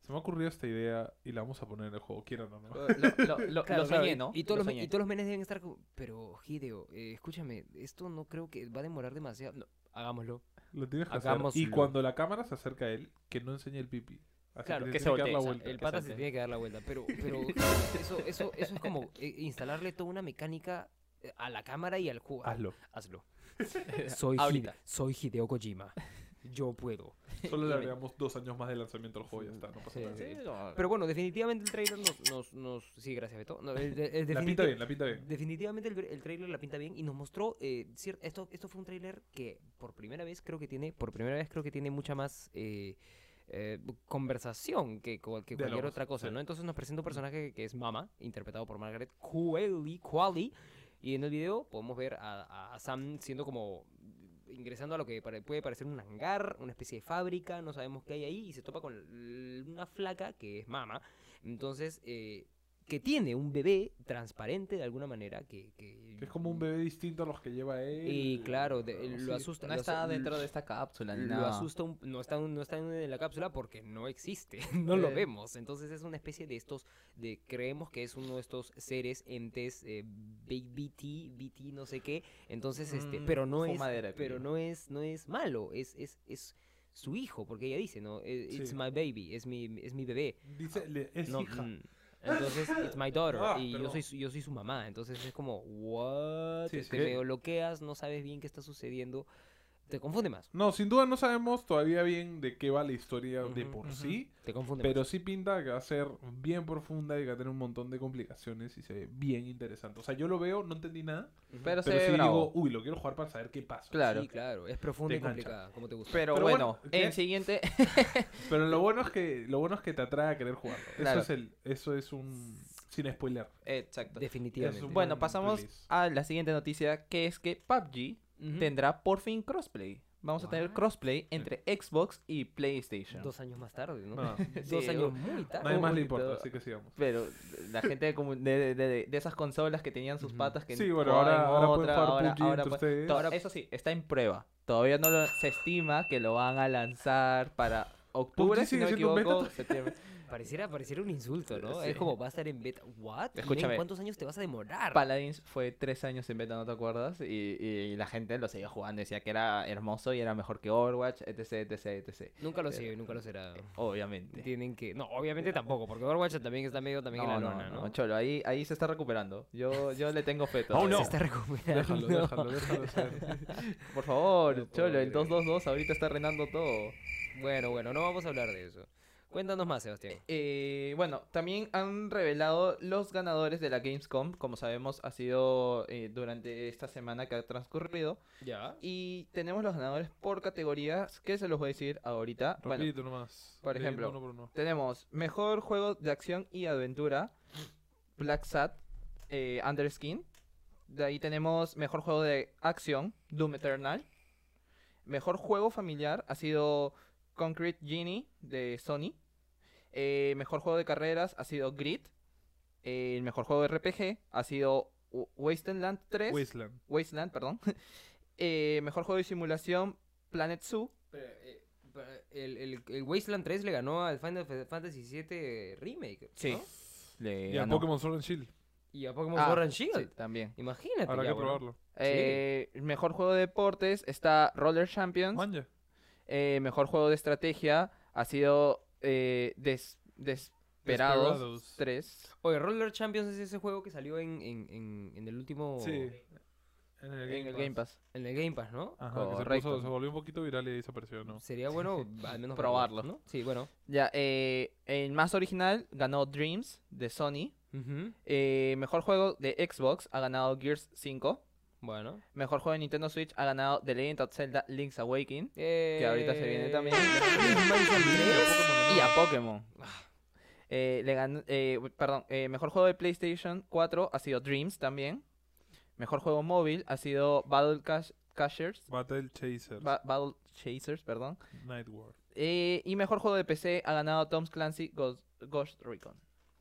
S3: Se me ha ocurrido esta idea y la vamos a poner en el juego, quieran o no.
S1: Lo, lo- lo-
S2: Claro,
S1: lo
S2: claro,
S1: soñé,
S2: y-
S1: ¿no?
S2: Y todos,
S1: Lo
S2: los, me-
S1: soñé.
S2: y todos los menes deben estar como, pero Hideo, eh, escúchame, esto no creo que va a demorar demasiado. No, hagámoslo.
S3: Lo tienes que hacer. Y
S2: Hagámoslo.
S3: cuando la cámara se acerca a él, que no enseñe el pipi. Así
S2: Claro,
S3: le
S1: que se
S3: tiene dar
S1: voltee,
S3: la
S1: o sea,
S3: vuelta.
S2: El pata se
S1: Exacto.
S2: tiene que dar la vuelta, pero, pero eso, eso, eso es como eh, instalarle toda una mecánica eh, a la cámara y al juego.
S3: Hazlo.
S2: Hazlo. Soy, Hide-
S1: Ahorita.
S2: soy Hideo Kojima. Yo puedo.
S3: Solo
S1: Y-
S3: le agregamos dos años más de lanzamiento al juego y ya está. No pasa
S2: Sí,
S3: nada.
S2: sí.
S1: no,
S2: Pero bueno, definitivamente el trailer nos... nos, nos- sí, gracias, Beto. No, el- el- el
S3: La
S2: definitiv-
S3: pinta bien, la pinta bien.
S2: Definitivamente el, el trailer la pinta bien y nos mostró, eh, cier- esto, esto fue un trailer que por primera vez creo que tiene, por primera vez creo que tiene mucha más eh, eh, bu- conversación que, cual- que cualquier
S3: Diálogos,
S2: otra cosa,
S3: sí.
S2: ¿no? Entonces nos presenta un personaje que, que es Mama, interpretado por Margaret Qualley, Qualley, y en el video podemos ver a, a- a Sam siendo como ingresando a lo que pare- puede parecer un hangar, una especie de fábrica, no sabemos qué hay ahí, y se topa con l- una flaca que es Mama. Entonces, eh, que tiene un bebé transparente de alguna manera que, que-
S3: Que es como un bebé distinto a los que lleva él.
S2: y claro de-
S3: Sí.
S2: lo asusta
S1: no
S2: lo
S1: está
S2: asu-
S1: dentro de esta cápsula ni
S2: lo
S1: nada.
S2: asusta un- no está un- no está en la cápsula porque no existe no lo
S1: Eh.
S2: vemos entonces es una especie de estos de creemos que es uno de estos seres entes eh, B- BT BT no sé qué entonces este
S1: Mm,
S2: pero no es
S1: fumadera de
S2: pero
S1: pino.
S2: no es no es malo es es, es su hijo porque ella dice no Eh, it's
S3: Sí.
S2: my baby es mi es mi bebé
S3: Dice, le- es
S2: no,
S3: hija.
S2: mm, Entonces, it's my daughter.
S3: Ah,
S2: y yo
S3: perdón.
S2: soy, su- yo soy su mamá. Entonces es como, what?
S3: Sí,
S2: te
S3: sí.
S2: te medio bloqueas, no sabes bien qué está sucediendo. Te confunde más.
S3: No, sin duda no sabemos todavía bien de qué va la historia de
S2: Ujú,
S3: por
S1: ujú.
S3: sí.
S2: Te confunde
S3: Pero
S2: más.
S3: sí pinta que va a ser bien profunda y que va a tener un montón de complicaciones y se ve bien interesante. O sea, yo lo veo, no entendí nada.
S2: Ujú.
S1: Pero se
S3: Pero
S1: ve
S3: sí
S1: bravo.
S3: digo, uh, uy, lo quiero jugar para saber qué pasa.
S1: Claro.
S2: Sí, claro. Es profunda
S3: Te
S2: y
S3: engancha.
S2: complicada. Como te gusta.
S1: Pero,
S3: Pero
S1: bueno,
S3: bueno, ¿qué?
S1: el siguiente.
S3: Pero lo bueno es que lo bueno es que te atrae a querer jugarlo.
S1: Claro.
S3: Eso es el eso es un sin spoiler.
S1: Exacto.
S2: Definitivamente.
S3: un
S1: Bueno,
S3: buen
S1: pasamos
S3: release.
S1: a la siguiente noticia, que es que PUBG
S2: Ujú.
S1: tendrá por fin crossplay. Vamos a tener
S2: What?
S1: crossplay entre Xbox y PlayStation.
S2: Dos años más tarde, ¿no?
S3: Nada,
S2: Dos
S1: Sí,
S2: años
S1: un-
S2: muy tarde.
S3: nadie más le
S1: bonito.
S3: importa, así que sigamos.
S1: Pero la gente de, comu- de- de- de- de esas consolas que tenían sus
S2: Ujú.
S1: patas que
S3: Sí, bueno,
S1: jugaban
S3: ahora, ahora pueden
S1: otra,
S3: jugar
S1: ahora-
S3: PUBG
S1: ahora
S3: entre
S1: pueden-
S3: ustedes.
S1: To- Eso sí, está en prueba. Todavía no lo- se estima que lo van a lanzar para octubre,
S3: PUBG
S1: si no me
S3: sigue siendo
S1: equivoco,
S3: beta.
S1: septiembre.
S2: Pareciera, pareciera un insulto, ¿no?
S1: Sí.
S2: Es como, va a estar en beta. ¿What? Men,
S1: Escúchame.
S2: ¿Cuántos años te vas a demorar?
S1: Paladins fue tres años en beta, ¿no te acuerdas? Y, y la gente lo seguía jugando, decía que era hermoso y era mejor que Overwatch, etc, etc, etc.
S2: nunca lo sé, nunca lo será.
S1: eh, Obviamente.
S2: Tienen que... No, obviamente tampoco, porque Overwatch también está medio también en la lona, ¿no?
S1: Cholo, ahí, ahí se está recuperando. Yo, yo le tengo fe
S3: Oh,
S1: todavía.
S3: no.
S2: Se está recuperando.
S3: Déjalo, déjalo, déjalo ser.
S1: Por favor,
S2: No puedo
S1: Cholo, el
S2: creer.
S1: 222 ahorita está reinando todo.
S2: Bueno, bueno, no vamos a hablar de eso. Cuéntanos más, Sebastián.
S1: Eh, bueno, también han revelado los ganadores de la Gamescom. Como sabemos, ha sido eh, durante esta semana que ha transcurrido.
S2: Ya.
S1: Y tenemos los ganadores por categorías que se los voy a decir ahorita. Bueno,
S3: Rapidito nomás.
S1: por
S3: leyendo
S1: ejemplo.
S3: uno por uno.
S1: Tenemos mejor juego de acción y aventura, Black Sat, eh, Underskin. De ahí tenemos mejor juego de acción, Doom Eternal. Mejor juego familiar ha sido Concrete Genie de Sony. Eh, mejor juego de carreras ha sido Grid. Eh, el mejor juego de RPG ha sido Wa- Wasteland 3.
S3: Wasteland.
S1: Wasteland, perdón. Eh, mejor juego de simulación, Planet Zoo.
S2: eh, el, el- el Wasteland 3 le ganó al Final F- Fantasy VII Remake.
S1: Sí.
S2: ¿no?
S1: Eh,
S3: Y a Pokémon Sword and Shield.
S2: Y a Pokémon
S1: Ah,
S2: Sword and
S1: sí,
S2: Shield.
S1: también.
S2: Imagínate.
S3: Habrá
S2: ya,
S3: que
S2: bueno.
S3: probarlo.
S1: Eh, mejor juego de deportes está Roller Champions.
S3: Manja.
S1: Eh, mejor juego de estrategia ha sido eh, Des- Desperados
S3: Desperados.
S1: 3.
S2: Oye, Roller Champions es ese juego que salió en, en, en, en el último.
S3: Sí. En el Game,
S1: Oh. En el Game Pass.
S2: En el Game Pass, ¿no?
S3: Ajá, que se,
S1: Correcto.
S3: puso- se volvió un poquito viral y desapareció, ¿no?
S2: Sería bueno al menos
S1: Probarlo.
S2: ¿no? Sí, bueno.
S1: Ya, eh, el más original ganó Dreams de Sony.
S2: Ujú,
S1: Eh, mejor juego de Xbox ha ganado Gears 5.
S2: Bueno.
S1: Mejor juego de Nintendo Switch ha ganado The Legend of Zelda Link's Awakening.
S2: Que
S1: ahorita se viene
S2: Eh,
S1: también. Y a Pokémon. Ah. Eh, le ganó- eh, w- perdón, eh, mejor juego de PlayStation 4 ha sido Dreams también. Mejor juego móvil ha sido Battle Cash Cashers.
S3: Battle Chasers.
S1: Ba- Battle Chasers, perdón.
S3: Night War.
S1: Eh, y mejor juego de PC ha ganado Tom's Clancy Ghost, Ghost Recon.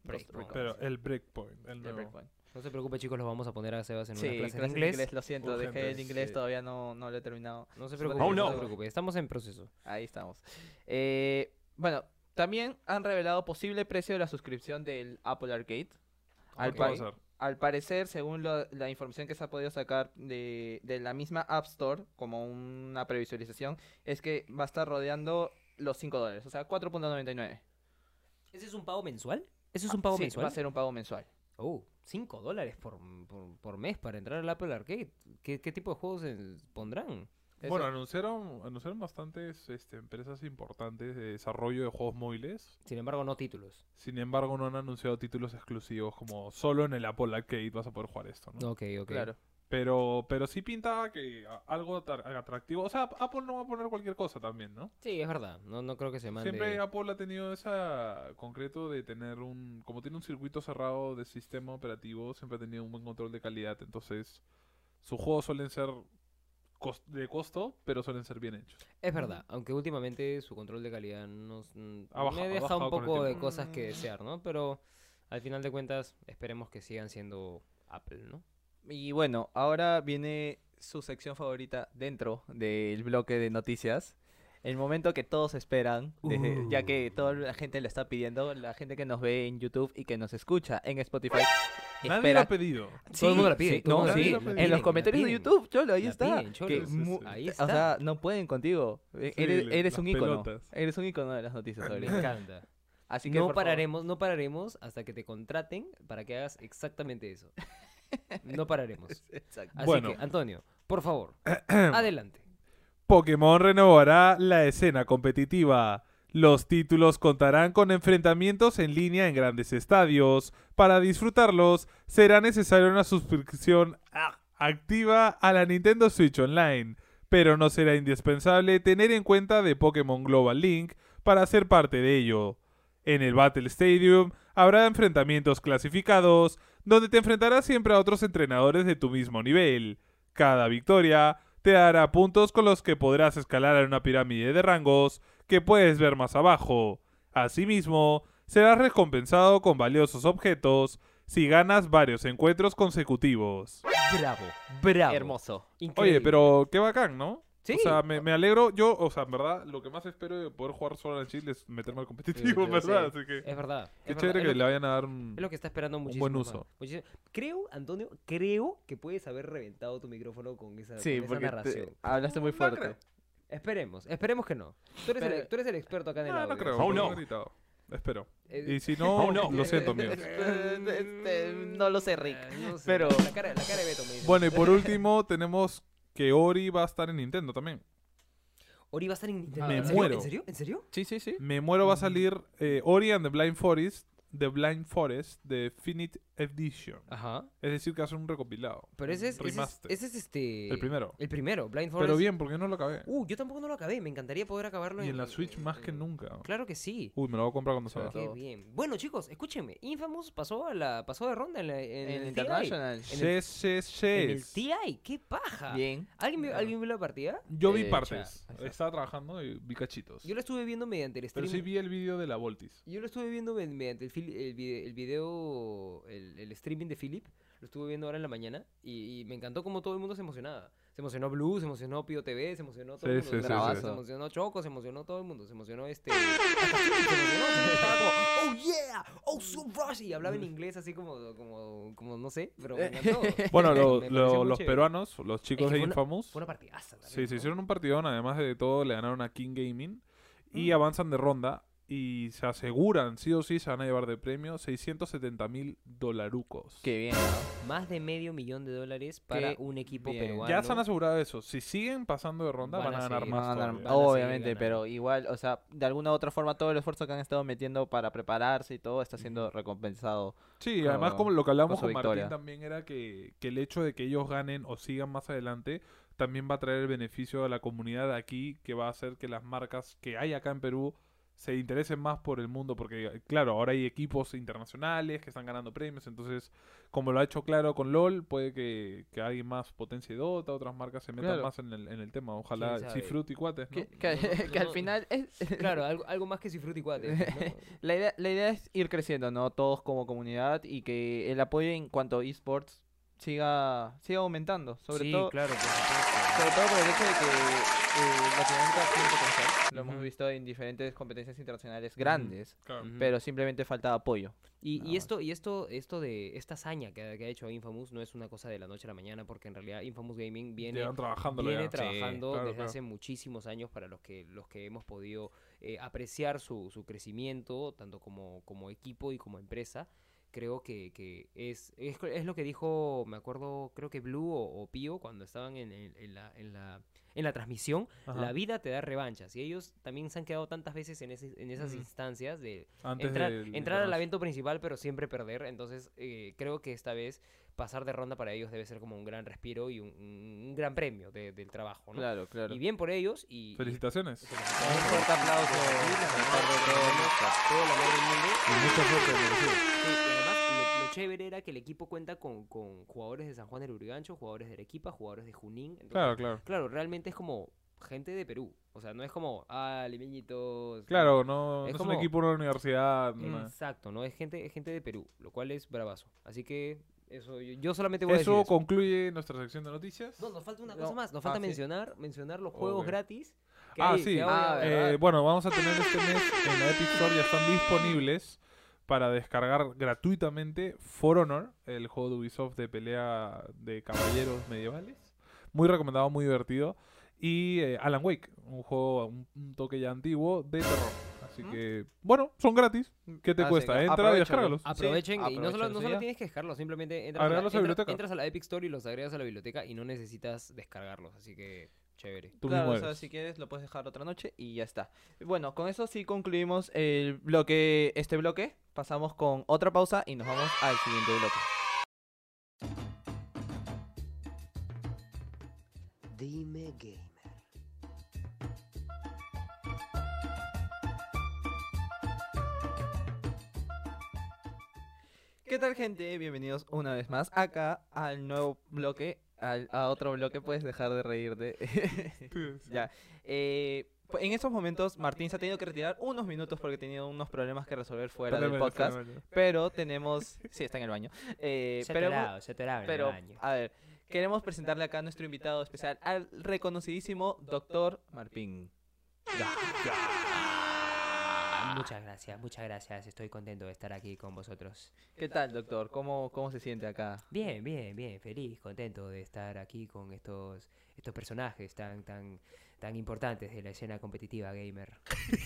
S2: Breakpoint.
S3: Pero el Breakpoint, el
S1: de
S3: nuevo.
S1: Breakpoint.
S2: No se preocupe, chicos, los vamos a poner a Sebas en
S1: Sí,
S2: una
S1: clases
S2: clase
S1: de inglés. lo siento,
S3: Urgente,
S1: dejé el inglés,
S2: sí.
S1: todavía no, no lo he terminado.
S2: No se
S1: Se va a tener
S2: preocupe, no,
S1: que
S2: se
S1: hacer.
S2: preocupe. Estamos en proceso.
S1: Ahí estamos. Eh, bueno, también han revelado posible precio de la suscripción del Apple Arcade. Al,
S3: Ah, ¿Qué
S1: pa-
S3: va a ser?
S1: al parecer, según lo- la información que se ha podido sacar de, de la misma App Store, como una previsualización, es que va a estar rodeando los 5 dólares, o sea, 4.99.
S2: ¿Ese es un pago mensual? ¿Ese es un pago
S1: Sí,
S2: mensual?
S1: Va a ser un pago mensual.
S2: Oh, 5 dólares por, por, por mes para entrar al Apple Arcade. ¿Qué, qué tipo de juegos eh, pondrán?
S1: Eso-
S3: Bueno, anunciaron, anunciaron bastantes este, empresas importantes de desarrollo de juegos móviles.
S2: Sin embargo, no títulos.
S3: Sin embargo, no han anunciado títulos exclusivos como solo en el Apple Arcade vas a poder jugar esto, ¿no?
S2: Ok, ok.
S1: claro.
S3: Pero, pero sí pintaba que a- algo atar- atractivo. O sea, Apple no va a poner cualquier cosa también, ¿no?
S2: Sí, es verdad. No, no creo que se mande.
S3: Siempre Apple ha tenido esa concreto de tener un, como tiene un circuito cerrado de sistema operativo, siempre ha tenido un buen control de calidad. Entonces, sus juegos suelen ser cos- de costo, pero suelen ser bien hechos.
S2: Es verdad, aunque últimamente su control de calidad nos mm,
S3: Ha bajado-
S2: me
S3: ha
S2: deja
S3: bajado
S2: un
S3: con el
S2: poco de
S3: tiempo.
S2: cosas que desear, ¿no? Pero al final de cuentas, esperemos que sigan siendo Apple, ¿no?
S1: Y bueno, ahora viene su sección favorita dentro del bloque de noticias. El momento que todos esperan, desde- ya que toda la gente lo está pidiendo, la gente que nos ve en YouTube y que nos escucha en Spotify.
S3: Nadie lo
S1: espera-
S3: ha pedido.
S1: Sí,
S2: Todo el mundo la pide,
S1: sí,
S2: todo el
S1: no,
S3: mundo la
S1: sí,
S3: pide. La
S1: en
S3: piden,
S1: los
S2: la
S1: comentarios de
S2: piden.
S1: YouTube, Cholo, ahí
S2: La
S1: está.
S2: piden, Cholo.
S1: que
S3: Sí, sí,
S1: mu-
S3: sí.
S2: Ahí
S1: O
S2: está.
S1: sea, no pueden contigo. E-
S3: Sí,
S1: eres
S3: le-
S1: eres
S3: las
S1: un ícono.
S3: pelotas.
S1: Eres un ícono de las noticias
S2: Me
S1: ahorita.
S2: encanta.
S1: Así que
S2: no
S1: por favor,
S2: pararemos, no pararemos hasta que te contraten para que hagas exactamente eso. No pararemos.
S1: exacto.
S2: Así
S3: Bueno.
S2: que, Antonio, por favor, adelante.
S3: Pokémon renovará la escena competitiva. Los títulos contarán con enfrentamientos en línea en grandes estadios. Para disfrutarlos será necesaria una suscripción a- activa a la Nintendo Switch Online, pero no será indispensable tener en cuenta de Pokémon Global Link para ser parte de ello. En el Battle Stadium habrá enfrentamientos clasificados, donde te enfrentarás siempre a otros entrenadores de tu mismo nivel. Cada victoria te dará puntos con los que podrás escalar a una pirámide de rangos que puedes ver más abajo. Asimismo, serás recompensado con valiosos objetos si ganas varios encuentros consecutivos.
S2: Bravo, bravo.
S1: hermoso.
S2: Increíble.
S3: Oye, pero qué bacán, ¿no?
S2: Sí.
S3: O sea, me, me alegro. Yo, o sea, en verdad, lo que más espero de poder jugar solo en Chile es meterme al competitivo, en
S2: Sí,
S3: verdad.
S2: sí.
S3: Así que.
S2: Es verdad.
S3: Qué
S2: es verdad,
S3: chévere
S2: es
S3: que
S2: lo-
S3: le vayan a dar un.
S2: Es lo que está esperando
S3: buen
S2: muchísimo. más.
S3: uso.
S2: Muchísimo- Creo, Antonio, creo que puedes haber reventado tu micrófono con esa,
S1: Sí,
S2: con esa
S1: porque te-
S2: narración.
S1: hablaste muy fuerte.
S2: Esperemos, esperemos que no. Tú eres, el,
S1: Pero-
S2: tú eres el experto acá en el
S3: Ah, No,
S2: audio.
S3: no creo.
S4: Oh,
S3: porque
S4: no.
S3: he gritado. Espero.
S2: Eh,
S3: Y si no,
S4: Oh, no.
S3: lo siento, amigos.
S1: Este, no lo sé, Rick.
S2: eh, no sé,
S1: pero-
S2: La cara, la cara de Beto me dice.
S3: Bueno, y por último, tenemos que Ori va a estar en Nintendo también.
S2: Ori va a estar en Nintendo.
S3: Me
S2: ¿En serio?
S3: muero.
S2: ¿En serio? ¿En serio?
S1: Sí, sí, sí.
S3: Me muero, va a salir eh, Ori and the Blind Forest, The Blind Forest, de Finite Edition.
S2: Ajá.
S3: Es decir, que hacen un recopilado.
S2: Ah. Pero ese es, ese es-
S3: Remaster.
S2: ese es este...
S3: El primero.
S2: El primero, Blind Forest.
S3: Pero bien, porque no lo acabé.
S2: Uh, yo tampoco no lo acabé. Me encantaría poder acabarlo
S3: Y en la
S2: en-
S3: Switch más que
S2: en-
S3: nunca.
S2: Claro que sí.
S3: Uy, me lo voy a comprar cuando salga.
S2: Qué
S1: todos.
S2: bien. Bueno, chicos, escúchenme. Infamous pasó a la pasó de ronda en, la, en,
S1: En
S2: el
S1: International.
S2: en el-
S3: Sí, sí, sí.
S2: TI. En el TI, qué paja.
S1: Bien.
S2: ¿Alguien vio, ¿Alguien vio la partida?
S3: Yo vi
S1: Eh,
S3: partes.
S1: cha-
S3: Estaba trabajando y vi cachitos.
S2: ah, Yo la estuve viendo mediante el stream.
S3: Pero sí vi el vídeo de la Voltis.
S2: Yo lo estuve viendo med- mediante el, fil- el vide- el video, el, el streaming de Philip. Lo estuve viendo ahora en la mañana y, y me encantó como todo el mundo se emocionaba. Se emocionó Blue, se emocionó Pio TV, se emocionó todo el
S3: Sí,
S2: mundo.
S3: sí, sí,
S1: Bravazo. sí.
S2: Se emocionó Choco, se emocionó todo el mundo. Se emocionó este. hasta Philip se emocionó, se estaba como, oh yeah, oh so rush. Y hablaba en inglés así como, como, como no sé, pero me encantó.
S3: Bueno, lo-
S2: Me pareció
S3: lo-
S2: muy
S3: los
S2: chévere.
S3: peruanos, los chicos
S2: Es que
S3: de
S2: fue una-
S3: Infamous,
S2: Fue una partidaza.
S3: sí,
S2: también,
S3: se
S2: ¿no?
S3: hicieron un partidón. Además de todo, le ganaron a King Gaming y avanzan de ronda. Y se aseguran, sí o sí, se van a llevar de premio 670 mil dolarucos.
S1: Qué bien, ¿no?
S2: Más de medio millón de dólares para
S1: Qué
S2: un equipo
S1: bien.
S2: peruano.
S3: Ya se han asegurado eso. Si siguen pasando de ronda, van,
S2: Van a
S3: a ganar
S2: seguir
S3: más.
S1: Van a ganar-
S3: todavía.
S2: van a seguir
S1: obviamente,
S2: ganando.
S1: pero igual, o sea, de alguna u otra forma todo el esfuerzo que han estado metiendo para prepararse y todo está siendo recompensado.
S3: Sí,
S1: Con-
S3: además como lo que hablábamos
S1: con
S3: con,
S1: su
S3: Martín
S1: victoria.
S3: también era que, que el hecho de que ellos ganen o sigan más adelante también va a traer el beneficio a la comunidad de aquí que va a hacer que las marcas que hay acá en Perú se interesen más por el mundo porque claro, ahora hay equipos internacionales que están ganando premios, entonces como lo ha hecho claro con LOL, puede que, que alguien más potencie Dota, otras marcas se metan
S1: Claro.
S3: más en el, en el tema, ojalá
S2: ¿Quién
S3: si
S2: sabe?
S3: Fruit y Cuates, ¿no?
S1: Que, que-
S2: No, no, no,
S1: que al
S2: no.
S1: final es-
S2: Claro, algo, algo más que si Fruity Cuate. ¿no?
S1: la, idea, la idea es ir creciendo, ¿no? Todos como comunidad y que el apoyo en cuanto a esports siga, siga aumentando. Sobre
S2: sí,
S1: todo
S2: claro, por supuesto.
S1: Sobre todo por el hecho de que eh, Latinoamérica tiene potencial. Lo
S2: Ujú.
S1: hemos visto en diferentes competencias internacionales grandes,
S3: Claro.
S2: Ujú.
S1: pero simplemente falta apoyo.
S2: y,
S1: Nada
S2: y
S1: más.
S2: esto, y esto, esto de esta hazaña que, ha- que ha hecho Infamous no es una cosa de la noche a la mañana, porque en realidad Infamous Gaming viene,
S3: Llevan trabajándolo
S2: viene
S3: ya.
S2: trabajando
S3: Sí, claro,
S2: desde
S3: claro.
S2: hace muchísimos años para los que los que hemos podido eh, apreciar su, su crecimiento, tanto como, como equipo y como empresa. Creo que, que es, es, co- es lo que dijo, me acuerdo, creo que Blue o, o Pío cuando estaban en, en- en la, en, la, en la transmisión.
S3: Ajá.
S2: La vida te da revanchas y ellos también se han quedado tantas veces en, ese- en esas
S3: Ujú.
S2: instancias de,
S3: Antes del
S2: entrar, entrar al
S3: internacional.
S2: evento principal pero siempre perder. Entonces eh, creo que esta vez pasar de ronda para ellos debe ser como un gran respiro y un, un- un gran premio de- del trabajo. ¿no?
S1: Claro, claro.
S2: Y bien por ellos y... pues, y-
S3: Felicitaciones.
S1: Un fuerte aplauso por parte de todos nosotros.
S2: todo el amor del mundo.
S3: Y mucha suerte, merecido.
S2: Sí, y además lo, lo chévere era que el equipo cuenta con, con jugadores de San Juan del Urigancho, jugadores de Arequipa, jugadores de Junín. Entonces,
S3: Claro, claro.
S2: claro, realmente es como gente de Perú. O sea, no es como, ah, limeñitos.
S3: Claro, no no es,
S2: Es
S3: un
S2: como- Mm,
S3: equipo de una universidad. no nada.
S2: Exacto, ¿no? Es gente, es gente de Perú, lo cual es bravazo. Así que eso, yo, yo solamente voy a
S3: Eso
S2: decir eso.
S3: concluye nuestra sección de noticias.
S2: No, nos falta una
S1: No.
S2: cosa más. Nos
S1: Ah,
S2: falta
S1: sí.
S2: mencionar, mencionar los juegos
S3: Ok.
S2: gratis. que
S3: ah,
S2: hay-
S3: sí.
S2: que
S1: Ah,
S2: hay-
S1: eh, ¿verdad?
S3: Eh, bueno, vamos a tener este mes en la Epic Store, ya están disponibles para descargar gratuitamente For Honor, el juego de Ubisoft de pelea de caballeros medievales. Muy recomendado, muy divertido. Y eh, Alan Wake, un juego, un, un toque ya antiguo de terror. Así que, bueno, son gratis. ¿Qué te
S1: Así
S3: cuesta?
S1: que
S3: Entra y
S1: aprovechalo.
S3: descárgalos.
S2: Aprovechen y no solo,
S1: aprovechen
S2: no
S1: su
S2: solo
S1: día.
S2: tienes que descargarlos, simplemente entras a, la,
S3: Agregarlos a la
S2: entra-
S3: biblioteca.
S2: entras a la Epic Store y los agregas a la biblioteca y no necesitas descargarlos, así que chévere.
S3: Tú
S1: Claro,
S3: mismo
S1: o sea,
S3: eres.
S1: si quieres lo puedes dejar otra noche y ya está. Bueno, con eso sí concluimos el bloque, este bloque. Pasamos con otra pausa y nos vamos al siguiente bloque.
S5: Dime
S2: Eh,
S5: Gamer.
S1: ¿Qué tal gente? Bienvenidos una vez más acá al nuevo bloque, al, a otro bloque, puedes dejar de reírte. ya. Eh, pu- en estos momentos Martín se ha tenido que retirar unos minutos porque tenía unos problemas que resolver fuera del
S3: Fenómeno,
S1: podcast,
S3: fenómeno.
S1: pero tenemos... Sí, está en el baño. Eh, pero, hemos-
S2: se atoraba en el
S1: pero
S2: baño.
S1: a ver, Queremos presentarle acá a nuestro invitado especial, al reconocidísimo doctor Marpín.
S2: Muchas gracias, muchas gracias. Estoy contento de estar aquí con vosotros.
S1: ¿Qué tal, doctor? ¿Cómo, cómo se siente acá?
S2: Bien, bien, bien. Feliz, contento de estar aquí con estos, estos personajes tan, tan, tan importantes de la escena competitiva gamer.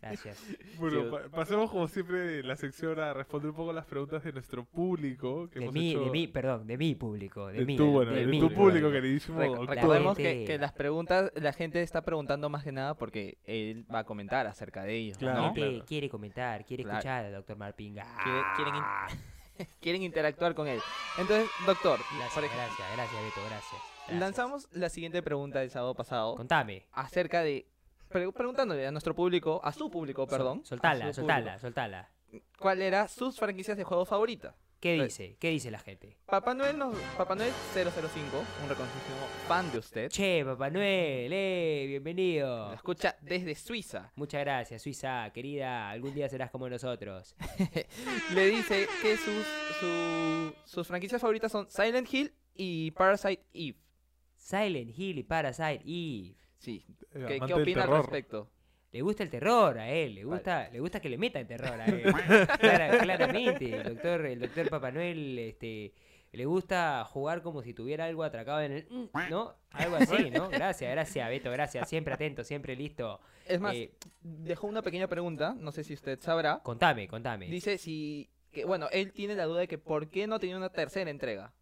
S2: Gracias.
S3: Bueno, pa- pasemos como siempre de la sección a responder un poco las preguntas de nuestro público. Que
S2: De
S3: hemos
S2: mí,
S3: hecho-
S2: de mí, perdón, de mi público, de,
S3: de
S2: mí,
S3: tu,
S2: de-
S3: bueno,
S2: de
S3: de
S2: mí.
S3: tu público, queridísimo
S1: Rec-
S3: doctor.
S1: recordemos que,
S2: gente.
S1: que las preguntas, la gente está preguntando más que nada porque él va a comentar acerca de ellos.
S3: Claro,
S1: ¿no?
S2: Gente
S3: claro.
S2: quiere comentar, quiere
S1: Claro.
S2: escuchar al doctor Ah, Marpinga.
S1: Quiere- quieren in- Quieren interactuar con él. Entonces, doctor,
S2: Gracias,
S1: por ejemplo,
S2: gracias, gracias, Beto, gracias. gracias.
S1: lanzamos la siguiente pregunta del sábado pasado
S2: Contame.
S1: acerca de. pre- preguntándole a nuestro público, a su público,
S2: Sol-
S1: perdón.
S2: soltala,
S1: a su
S2: soltala, soltala.
S1: público, ¿Cuál era sus franquicias de juegos favoritas?
S2: ¿Qué
S1: Sí.
S2: dice? ¿Qué dice la gente?
S1: Papá Noel, nos, Papá Noel 005, un reconocido fan de usted,
S2: Che, Papá Noel, eh, bienvenido.
S1: lo escucha desde Suiza.
S2: Muchas gracias, Suiza, querida. Algún día serás como nosotros.
S1: Le dice que sus, su- sus franquicias favoritas son Silent Hill y Parasite Eve.
S2: Silent Hill y Parasite Eve.
S1: Sí,
S3: Eh,
S1: ¿qué,
S3: amante
S1: qué
S3: del
S1: opina al
S3: terror.
S1: respecto?
S2: Le gusta el terror a él, le gusta, le gusta que le metan terror a él. Clara- claramente, el doctor, el doctor Papá Noel, este, le gusta jugar como si tuviera algo atracado en el, mm, ¿no? Algo así, ¿no? Gracias, gracias, Beto, gracias. Siempre atento, siempre listo.
S1: Es más,
S2: Eh,
S1: dejó una pequeña pregunta, no sé si usted sabrá.
S2: contame, contame.
S1: Dice si... Que, bueno, él tiene la duda de que por qué no tenía una tercera entrega.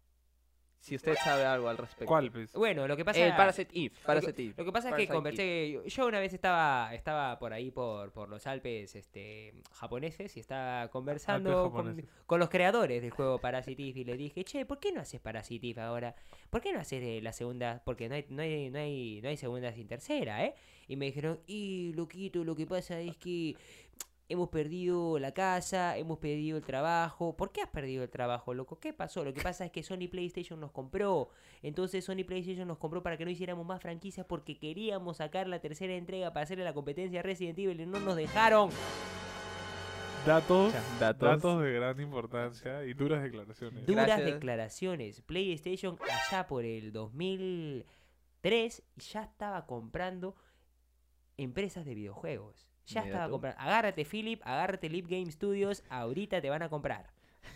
S1: Si usted sabe algo al respecto.
S3: ¿Cuál, pues?
S2: Bueno, lo que pasa
S1: El Parasite Eve. Parasite Eve.
S2: Lo que pasa es que
S1: Parasite Eve.
S2: conversé, yo- yo una vez estaba, estaba por ahí por, por los Alpes este, japoneses y estaba conversando con,
S3: japoneses.
S2: con los creadores del juego Parasite Eve y le dije, che, ¿por qué no haces Parasite Eve ahora? ¿Por qué no haces eh, la segunda? Porque no hay, no hay, no hay, no hay segunda sin tercera, ¿eh? Y me dijeron, y loquito, lo que pasa es que hemos perdido la casa, hemos perdido el trabajo. ¿Por qué has perdido el trabajo, loco? ¿Qué pasó? Lo que pasa es que Sony PlayStation nos compró. Entonces Sony PlayStation nos compró para que no hiciéramos más franquicias porque queríamos sacar la tercera entrega para hacerle la competencia a Resident Evil y no nos dejaron.
S3: Datos,
S1: datos.
S3: datos. de gran importancia y duras declaraciones.
S1: Du-
S2: Duras
S1: Gracias.
S2: declaraciones. PlayStation allá por el 2003 ya estaba comprando empresas de videojuegos. Ya
S1: Mira
S2: estaba
S1: tú.
S2: comprando. Agárrate Philip, agárrate Lip Game Studios, ahorita te van a comprar.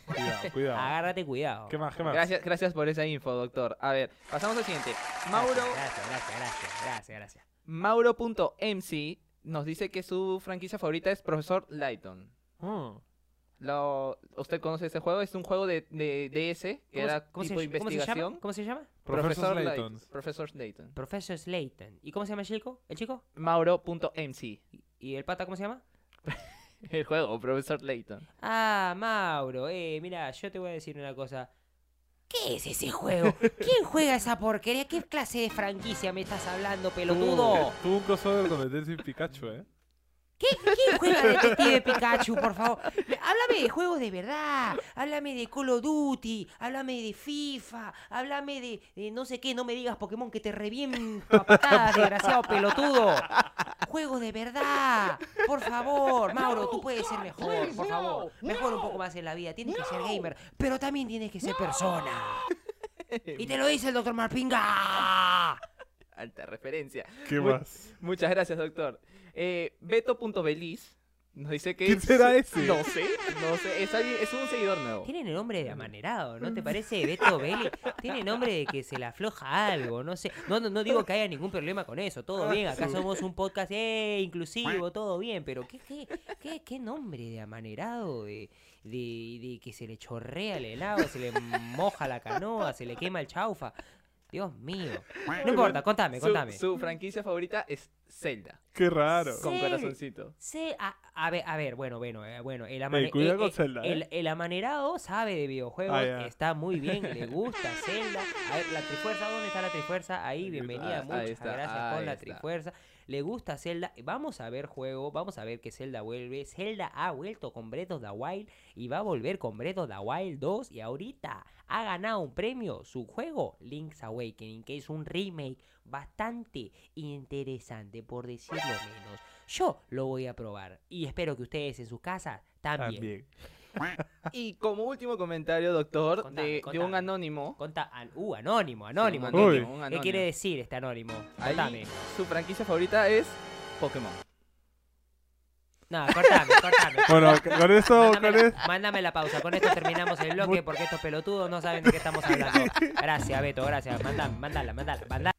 S3: Cuidado, cuidado.
S2: Agárrate cuidado.
S3: ¿Qué más, qué más?
S1: Gracias, gracias por esa info, doctor. A ver, pasamos al siguiente. Mauro,
S2: Gracias, gracias, gracias, gracias, gracias.
S1: Mauro.mc nos dice que su franquicia favorita es Profesor Lighton.
S3: Mm.
S1: Lo, ¿Usted conoce ese juego? Es un juego de, de DS que
S2: ¿Cómo se-
S1: era
S2: cómo se
S1: tipo
S2: ll- cómo se llama?
S1: investigación.
S2: ¿Cómo se llama?
S3: Profesor Layton.
S1: Profesor Layton.
S2: Professor Slayton. ¿Y cómo se llama el chico? ¿El chico?
S1: Mauro.mc.
S2: ¿Y- ¿Y el pata cómo se llama?
S1: El juego, Profesor Layton.
S2: Ah, Mauro, eh, mira, yo te voy a decir una cosa. ¿Qué es ese juego? ¿Quién juega esa porquería? ¿Qué clase de franquicia me estás hablando, pelotudo?
S3: Tuvo un crossover con Detective Pikachu, ¿eh?
S2: ¿Qué, ¿Quién juega Detective Pikachu, por favor? Me- Háblame de juegos de verdad, háblame de Call of Duty, háblame de FIFA, háblame de, de no sé qué, no me digas Pokémon que te reviento a patadas, desgraciado pelotudo. Juegos de verdad, por favor, Mauro, tú puedes ser mejor, por favor. Mejor un poco más en la vida, tienes que ser gamer, pero también tienes que ser persona. Y te lo dice el doctor Marpinga.
S1: Alta referencia.
S3: ¿Qué
S1: Muy-
S3: más?
S1: Muchas gracias, doctor. Eh, Beto.beliz nos dice que.
S3: ¿Quién será ese?
S1: No sé, no sé. Es, alguien- es un seguidor nuevo.
S2: Tiene el nombre de amanerado, ¿no te parece, Beto Belli? Tiene nombre de que se le afloja algo, no sé. No, no, no digo que haya ningún problema con eso, todo bien. Acá somos un podcast eh, inclusivo, todo bien, pero ¿qué, qué, qué, qué nombre de amanerado? De, de, de que se le chorrea el helado, se le moja la canoa, se le quema el chaufa. Dios mío. No importa, contame,
S1: Su-
S2: contame.
S1: Su, franquicia favorita es Zelda.
S3: Qué raro.
S1: Con
S2: Zelda.
S1: corazoncito.
S2: Sí, a, a ver, a ver, bueno, bueno, eh, bueno, el, amane-
S3: Ey, cuidado
S2: eh,
S3: con
S2: eh,
S3: Zelda,
S2: el,
S3: eh.
S2: el amanerado sabe de videojuegos,
S3: Ah, ya.
S2: está muy bien, le gusta Zelda. A ver, la Trifuerza, ¿dónde está la Trifuerza? Ahí,
S3: ah, Ahí
S2: bienvenida,
S1: está, ahí
S2: muchas
S1: está,
S2: gracias
S1: ahí
S2: con la
S1: está.
S2: Trifuerza. Le gusta Zelda, vamos a ver juego, vamos a ver que Zelda vuelve. Zelda ha vuelto con Breath of the Wild y va a volver con Breath of the Wild 2 y ahorita ha ganado un premio su juego Link's Awakening, que es un remake bastante interesante, por decirlo menos. Yo lo voy a probar y espero que ustedes en sus casas también.
S3: También.
S1: Y como último comentario, doctor,
S4: Contame,
S1: de, de un
S4: contame.
S1: anónimo.
S4: Conta, an- uh, anónimo, anónimo.
S1: Sí,
S3: un
S4: anónimo.
S1: anónimo, un
S4: ¿Qué
S1: anónimo.
S4: quiere decir este anónimo?
S1: Ahí,
S4: Contame.
S1: su franquicia favorita es Pokémon.
S4: No, cortame, cortame.
S3: Bueno, con esto, con
S4: Mándame
S3: esto-
S4: la, mándame la pausa, con esto terminamos el bloque porque estos pelotudos no saben de qué estamos hablando. Gracias, Beto, gracias. Mándame, mándala, mándala, mándala.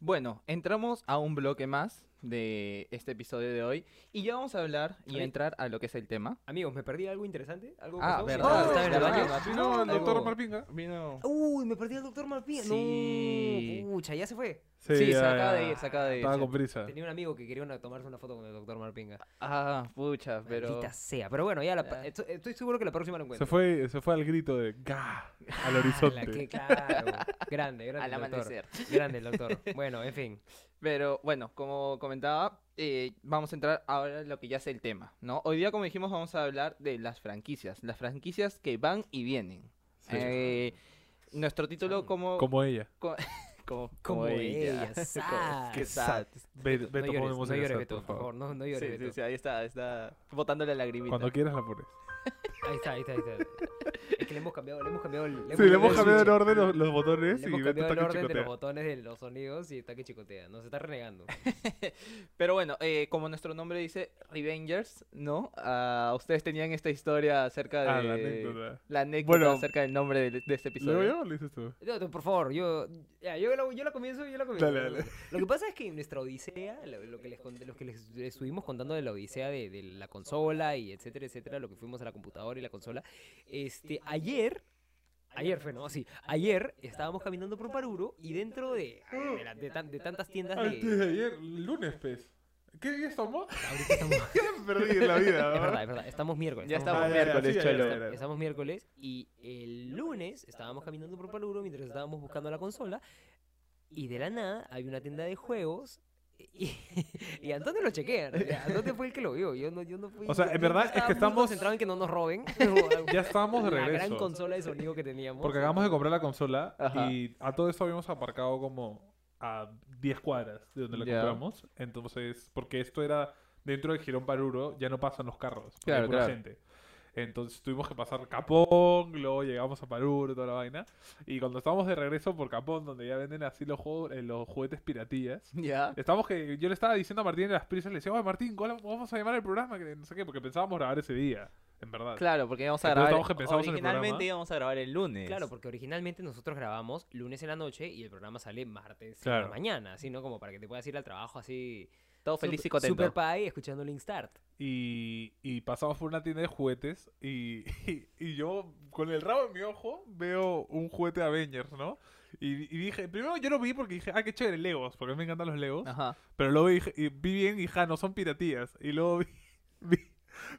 S1: Bueno, entramos a un bloque más de este episodio de hoy y ya vamos a hablar y
S2: Ay.
S1: a entrar a lo que es el tema.
S2: Amigos, ¿me perdí algo interesante? ¿Algo
S1: Ah,
S2: pasó?
S1: verdad,
S2: ¿Estaba en el
S1: verdad.
S2: baño?
S3: Sí, no, el doctor Marpinga.
S1: Vino.
S2: Uy, me perdí al doctor Malpía.
S1: Sí.
S2: No, pucha, ya se fue.
S1: Sí, se
S3: ya,
S1: acaba
S3: ya.
S1: de ir, se acaba de ir.
S3: Estaba con prisa.
S2: Tenía un amigo que quería una- tomarse una foto con el doctor Marpinga.
S1: Ah, pucha, pero. Eh.
S4: Maldita
S2: sea, pero bueno, ya la pa-
S1: Ya.
S2: estoy, estoy seguro que la próxima lo
S3: Se
S2: encuentro.
S3: fue, se fue al grito de ga al
S2: Ah, La que-
S3: horizonte.
S2: claro. Grande, grande.
S1: Al
S2: el doctor.
S1: amanecer.
S2: Grande el doctor. Bueno, en fin.
S1: Pero bueno, como comentaba, eh, vamos a entrar ahora en lo que ya es el tema, ¿no? Hoy día, como dijimos, vamos a hablar de las franquicias. Las franquicias que van y vienen.
S3: Sí.
S1: Eh, nuestro título como...
S3: Como ella.
S1: como,
S2: Como ella.
S1: Como- Qué sad.
S3: Ve-
S2: No
S3: Beto,
S2: llores,
S3: ponemos
S2: no
S3: el
S2: llores,
S3: azar,
S2: Beto, por favor. No, no llores,
S1: Sí, sí,
S2: Beto.
S1: sí, ahí está, está botándole la lagrimita.
S3: Cuando quieras la pones.
S2: Ahí está, ahí está, ahí está. Es que le hemos cambiado, le hemos cambiado el.
S3: Sí, le hemos
S2: el
S3: cambiado el
S2: switch.
S3: orden los, los botones
S2: Le
S3: y
S2: hemos
S3: Beto
S2: cambiado
S3: está
S2: el
S3: que
S2: orden de los
S3: chicotea.
S2: botones de los sonidos y está que chicotea. Nos está renegando.
S1: Pero bueno, eh, como nuestro nombre dice, Revengers, ¿no? Ah, ustedes tenían esta historia acerca de...
S3: Ah, la anécdota.
S1: la anécdota
S3: Bueno,
S1: acerca del nombre del- de, este
S3: ¿Lo
S1: episodio.
S3: digo yo o lo dices tú?
S2: No, no, por favor, yo, ya, yo, la, yo la comienzo, yo la comienzo.
S3: Dale, dale.
S2: Lo que pasa es que en nuestra odisea, lo, lo que les, cont- lo que les estuvimos contando de la odisea de, de la consola y etcétera, etcétera, lo que fuimos a la computadora y la consola, este, ayer, ayer fue, ¿no? Sí, ayer estábamos caminando por Paruro y dentro de, de, la- de tan- de tantas tiendas
S3: Antes
S2: de...
S3: de ayer, lunes, pez. ¿Qué día estamos?
S2: Ahorita estamos, es
S3: ¿Qué me perdí en la vida?
S2: verdad, es verdad, estamos miércoles.
S1: Ya
S3: Ah,
S1: estamos
S3: ya, ya,
S1: miércoles,
S3: sí, ya,
S1: cholo.
S3: ya, ya, ya.
S2: Estamos miércoles y el lunes estábamos caminando por Paluro mientras estábamos buscando la consola y de la nada hay una tienda de juegos y, y Antonio lo chequea. ¿no? Antonio fue el que lo vio, yo no, yo no fui.
S3: O sea,
S2: yo-
S3: en
S2: yo
S3: verdad es que
S2: estaba
S3: estamos-
S2: muy concentrado en que no nos roben.
S3: Ya estábamos de
S2: La gran
S3: regreso.
S2: consola de sonido que teníamos.
S3: Porque acabamos de comprar la consola
S1: Ajá.
S3: y a todo esto habíamos aparcado como a 10 cuadras de donde la
S1: Ya.
S3: compramos. Entonces, porque esto era dentro del Girón Paruro, ya no pasan los carros. porque
S1: Claro,
S3: hay pura
S1: claro.
S3: gente. Entonces tuvimos que pasar Capón, luego llegamos a Paruro, toda la vaina. Y cuando estábamos de regreso por Capón, donde ya venden así los, juegos, eh, los juguetes piratillas,
S1: Ya.
S3: Estábamos que yo le estaba diciendo a Martín en las prisas, le decía, oye Martín, ¿cuál vamos a llamar al programa? Que no sé qué, porque pensábamos grabar ese día, en verdad.
S1: Claro, porque íbamos a
S3: Entonces,
S1: grabar.
S3: estamos que pensamos en el
S1: originalmente
S3: programa.
S1: íbamos a grabar el lunes.
S2: Claro, porque originalmente nosotros grabamos lunes en la noche y el programa sale martes en
S3: Claro.
S2: la mañana, así, ¿no? Como para que te puedas ir al trabajo así.
S1: todo feliz y
S2: Sup-
S1: contento.
S2: Super Pie escuchando Link Start.
S3: Y, y pasamos por una tienda de juguetes y, y, y yo con el rabo en mi ojo veo un juguete de Avengers, ¿no? Y, y dije, primero yo lo vi porque dije, ah, qué chévere, Legos, porque a mí me encantan los Legos.
S1: Ajá.
S3: Pero luego dije- y vi bien y ja, no son piratías. Y luego vi, vi,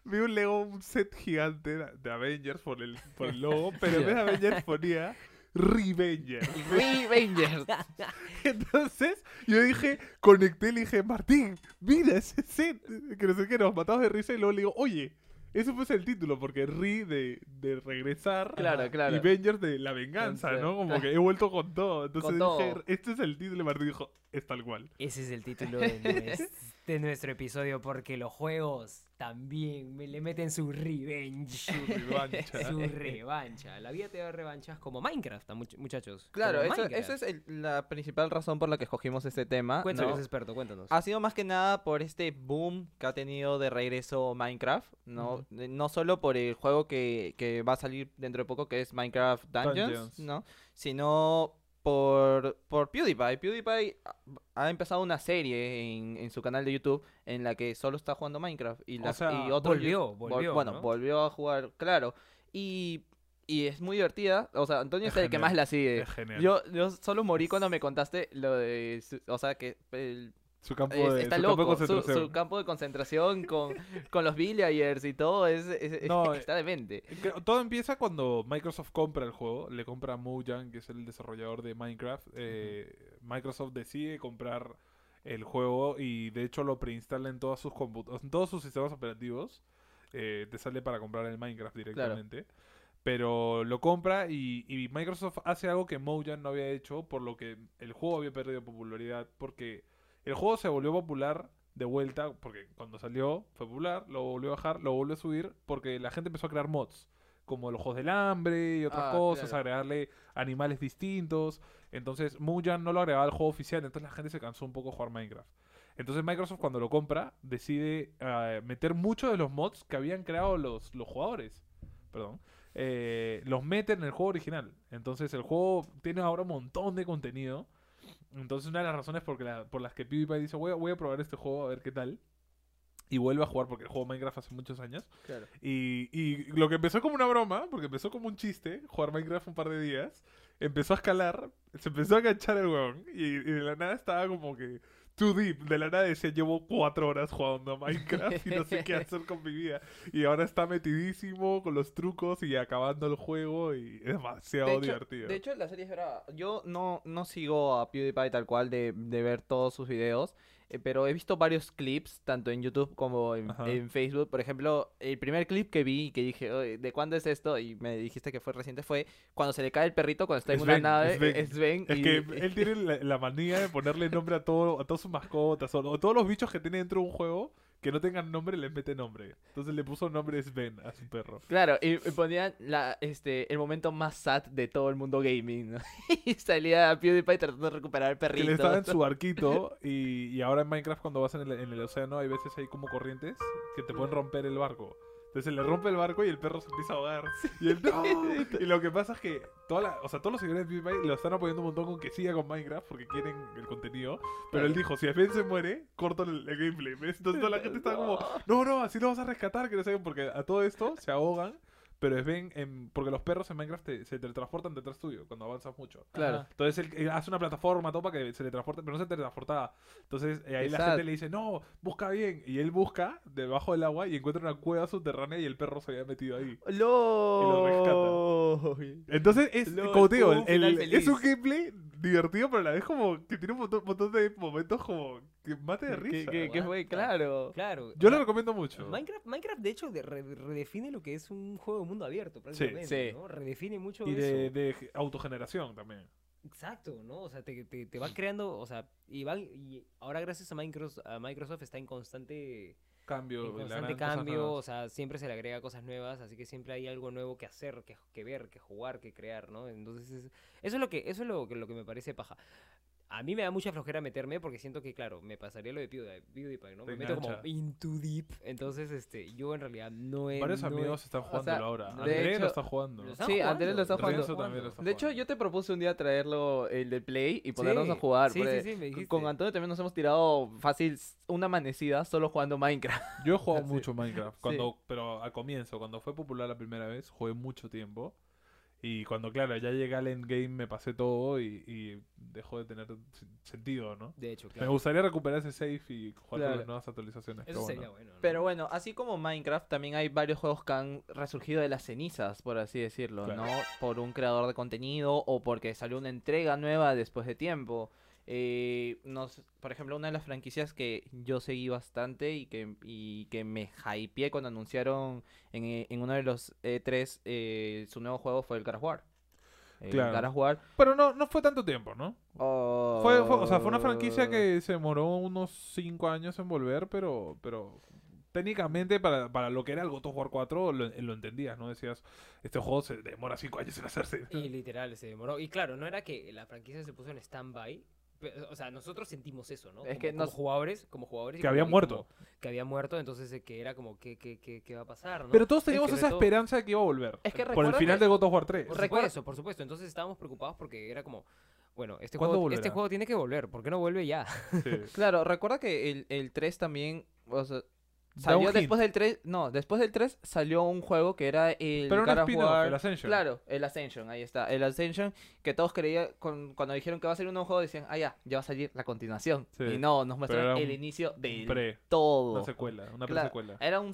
S3: vi un Lego, un set gigante de- de Avengers por el, por el logo, pero en vez de Avengers ponía Revengers.
S1: Revengers.
S3: Entonces yo dije, conecté, le dije, Martín, mira ese set. Que no sé qué, nos matamos de risa y luego le digo, oye, ese fue el título, porque Ri de, de regresar
S1: Claro, claro.
S3: y Vengers de la venganza,
S1: Vencer.
S3: ¿no? Como que he vuelto con todo. Entonces
S1: Con
S3: dije,
S1: todo.
S3: este es el título y Martín dijo, es tal cual.
S4: Ese es el título de, nues- de nuestro episodio porque los juegos también me le meten su revenge.
S3: Su revancha.
S4: Su re-
S2: Revancha. La vida te da revanchas como Minecraft, much- muchachos.
S1: Claro,
S2: Como
S1: eso,
S2: Minecraft.
S1: eso es el- la principal razón por la que escogimos este
S3: Ah,
S1: tema.
S2: Cuéntanos,
S1: ¿no?
S2: experto, cuéntanos.
S1: Ha sido más que nada por este boom que ha tenido de regreso Minecraft, ¿no? Eh, No solo por el juego que, que va a salir dentro de poco, que es Minecraft Dungeons,
S3: Dungeons.
S1: ¿no? Sino por, por PewDiePie. PewDiePie ha- ha empezado una serie en, en su canal de YouTube en la que solo está jugando Minecraft. Y,
S3: O
S1: las-
S3: sea,
S1: y otros
S4: volvió,
S1: yout- vol-
S4: volvió,
S1: bueno,
S4: ¿no?
S1: volvió a jugar, claro. Y, y es muy divertida. O sea, Antonio
S3: Es
S1: es, el que
S3: genial,
S1: más la sigue.
S3: es genial.
S1: Yo, yo solo morí cuando me contaste lo de... su- O sea, que el
S3: Su campo
S1: es-
S3: de,
S1: eh, está
S3: su campo de
S1: loco, su- su,
S3: concentración.
S1: campo de concentración con, con los Billiards y todo, es, es- es-
S3: No, eh,
S1: está demente.
S3: Creo- Todo empieza cuando Microsoft compra el juego, le compra a Mojang, que es el desarrollador de Minecraft. eh, Microsoft decide comprar el juego y de hecho lo preinstala en todas sus compu- en todos sus sistemas operativos. eh, te sale para comprar el Minecraft directamente. Pero lo compra y, y Microsoft hace algo que Mojang no había hecho, por lo que el juego había perdido popularidad. Porque el juego se volvió popular de vuelta, porque cuando salió fue popular, lo volvió a bajar, lo volvió a subir, porque la gente empezó a crear mods. Como los juegos del hambre y otras
S1: Ah,
S3: cosas,
S1: claro.
S3: agregarle animales distintos. Entonces, Mojang no lo agregaba al juego oficial, entonces la gente se cansó un poco de jugar Minecraft. Entonces Microsoft cuando lo compra decide eh, meter muchos de los mods que habían creado los, los jugadores. Perdón. eh, los mete en el juego original. Entonces el juego tiene ahora un montón de contenido. Entonces una de las razones por, que la- por las que PewDiePie dice voy a, voy a probar este juego a ver qué tal. Y vuelve a jugar porque el juego Minecraft hace muchos años.
S1: Claro.
S3: Y, y lo que empezó como una broma, porque empezó como un chiste, jugar Minecraft un par de días, empezó a escalar, se empezó a enganchar el weón, y, y de la nada estaba como que too deep, de la nada decía, llevo cuatro horas jugando a Minecraft y no sé qué hacer con mi vida. Y ahora está metidísimo con los trucos y acabando el juego y es demasiado
S1: De hecho,
S3: divertido.
S1: de hecho, la serie es brava. Yo no, no sigo a PewDiePie tal cual de, de ver todos sus videos, eh, pero he visto varios clips, tanto en YouTube como en,
S3: Ajá.
S1: en Facebook. Por ejemplo, el primer clip que vi y que dije, "Oye, ¿de cuándo es esto? Y me dijiste que fue reciente, fue cuando se le cae el perrito cuando está en
S3: Sven,
S1: una nave.
S3: Sven.
S1: eh, Sven,
S3: Es
S1: y-
S3: que él tiene la, la manía de ponerle nombre a todo, a todas sus mascotas, o, o todos los bichos que tiene dentro de un juego que no tengan nombre, les mete nombre. Entonces le puso nombre Sven a su perro.
S1: Claro, y y ponían la, este, el momento más sad de todo el mundo gaming, ¿no? Y salía PewDiePie tratando de recuperar el
S3: que
S1: perrito.
S3: le estaba en su barquito y, y ahora en Minecraft cuando vas en el, en el océano hay veces hay como corrientes que te pueden romper el barco. Entonces se le rompe el barco y el perro se empieza a ahogar. Y, él, "No". y lo que pasa es que toda la- o sea, todos los seguidores de PewDiePie lo están apoyando un montón con que siga con Minecraft porque quieren el contenido. Pero él dijo, si Sven se muere, corto el, el gameplay. ¿ves? Entonces toda la gente está como, no, no, así lo vas a rescatar, que no sé, qué", porque a todo esto se ahogan. Pero Sven, en- porque los perros en Minecraft te- se teletransportan detrás tuyo cuando avanzas mucho.
S1: Claro.
S4: Ajá.
S3: Entonces él, eh, hace una plataforma, topa que se le transporta, pero no se teletransportaba. Entonces eh, ahí
S1: Qué
S3: la
S1: sad.
S3: gente le dice, no, busca bien. Y él busca debajo del agua y encuentra una cueva subterránea y el perro se había metido ahí. lo
S1: ¡Lo!
S3: Entonces es,
S1: Lol,
S3: como te digo,
S1: tuvo un
S3: el-
S1: final
S3: el- es un
S1: feliz.
S3: gameplay divertido, pero a la vez como que tiene un montón, montón de momentos como que mate de
S1: Que,
S3: risa.
S1: que- que
S2: What
S1: fue
S2: the-
S1: claro.
S4: Claro.
S3: Yo lo recomiendo mucho.
S4: Minecraft, Minecraft, de hecho, de- re- redefine lo que es un juego de mundo abierto, prácticamente.
S1: sí.
S4: ¿no? Redefine mucho
S3: Y
S4: eso.
S3: de, de autogeneración también.
S4: Exacto, ¿no? O sea, te, te, te va creando, o sea, y, van, y ahora gracias a Microsoft, a Microsoft está en constante,
S3: Cambio.
S4: en
S3: le
S4: constante
S3: agregan cosas
S4: cambio,
S3: nuevas.
S4: o sea, siempre se le agrega cosas nuevas, así que siempre hay algo nuevo que hacer, que, que ver, que jugar, que crear, ¿no? Entonces, es- eso es lo que, eso es lo, que- lo que me parece paja. A mí me da mucha flojera meterme porque siento que, claro, me pasaría lo de PewDie- PewDiePie, ¿no?
S3: Te
S4: Me meto como
S3: engancha.
S4: into deep. Entonces, este, yo en realidad no he...
S3: Varios
S4: no he-
S3: amigos están jugándolo ahora.
S1: de
S3: André
S1: hecho-
S3: lo está jugando.
S4: Lo están
S1: Sí,
S4: jugando,
S1: Andrés lo está
S4: lo están
S1: jugando.
S3: Renzo también lo está
S1: De hecho,
S3: jugando.
S1: yo te propuse un día traerlo el de Play y
S4: Sí,
S1: ponernos a jugar.
S4: sí, sí,
S1: porque
S4: sí, me dijiste.
S1: con Antonio también nos hemos tirado fácil s- una amanecida solo jugando Minecraft.
S3: Yo he jugado mucho Minecraft, cuando, pero al comienzo, cuando fue popular la primera vez, jugué mucho tiempo. Y cuando, claro, ya llegué al endgame, me pasé todo y, y dejó de tener sen- sentido, ¿no?
S4: De hecho,
S3: Me
S4: claro.
S3: gustaría recuperar ese save y jugar con
S1: Claro.
S3: las nuevas actualizaciones. pero
S4: Eso
S3: bueno.
S4: sería bueno, ¿no?
S1: Pero bueno, así como Minecraft, también hay varios juegos que han resurgido de las cenizas, por así decirlo,
S3: Claro.
S1: ¿no? Por un creador de contenido o porque salió una entrega nueva después de tiempo. Eh, nos, por ejemplo, una de las franquicias que yo seguí bastante y que, y que me hypeé cuando anunciaron en, eh, en uno de los E3 eh, su nuevo juego fue el God of War. El
S3: Claro.
S1: God of War.
S3: Pero no, no fue tanto tiempo, ¿no? Fue, fue- o sea, fue una
S1: Oh.
S3: franquicia que se demoró unos 5 años en volver, pero, pero técnicamente para, para lo que era el God of War 4 lo, eh, lo entendías, ¿no? Decías, este juego se demora 5 años en hacerse.
S4: Y literal, se demoró. Y claro, no era que la franquicia se puso en stand-by. pe- O sea, nosotros sentimos eso, ¿no?
S1: Es
S4: Como-
S1: que
S4: como
S1: nos-
S4: jugadores, como jugadores. y
S3: Que
S4: como-
S3: había
S4: y
S3: muerto.
S4: como- que había muerto, entonces eh, que era como, ¿qué, qué, qué, qué va a pasar? ¿no?
S3: Pero todos teníamos
S4: que
S3: esa
S4: sobre todo-
S3: esperanza de que iba a volver.
S1: Es que
S3: por el
S1: recuerdo
S3: final
S1: que-
S3: de God of War 3.
S4: por
S1: recuerda-
S4: supuesto, por supuesto. Entonces estábamos preocupados porque era como, bueno, este
S3: ¿Cuándo
S4: juego, este
S3: volverá?
S4: juego tiene que volver. ¿Por qué no vuelve ya?
S1: Claro, recuerda que el, el 3 también, o sea,
S3: un
S1: salió
S3: hint.
S1: después del 3, no, después del 3 salió un juego que era el
S3: Pero un
S1: God of
S3: spin-off,
S1: War-
S3: el Ascension.
S1: Claro, el Ascension, ahí está, el Ascension que todos creían con- cuando dijeron que va a ser un nuevo juego decían, "Ah ya, ya va a salir la continuación."
S3: Sí.
S1: Y no, nos
S3: era
S1: muestran
S3: un
S1: el inicio de
S3: pre,
S1: todo.
S3: una secuela, una
S1: Claro,
S3: presecuela.
S1: Era un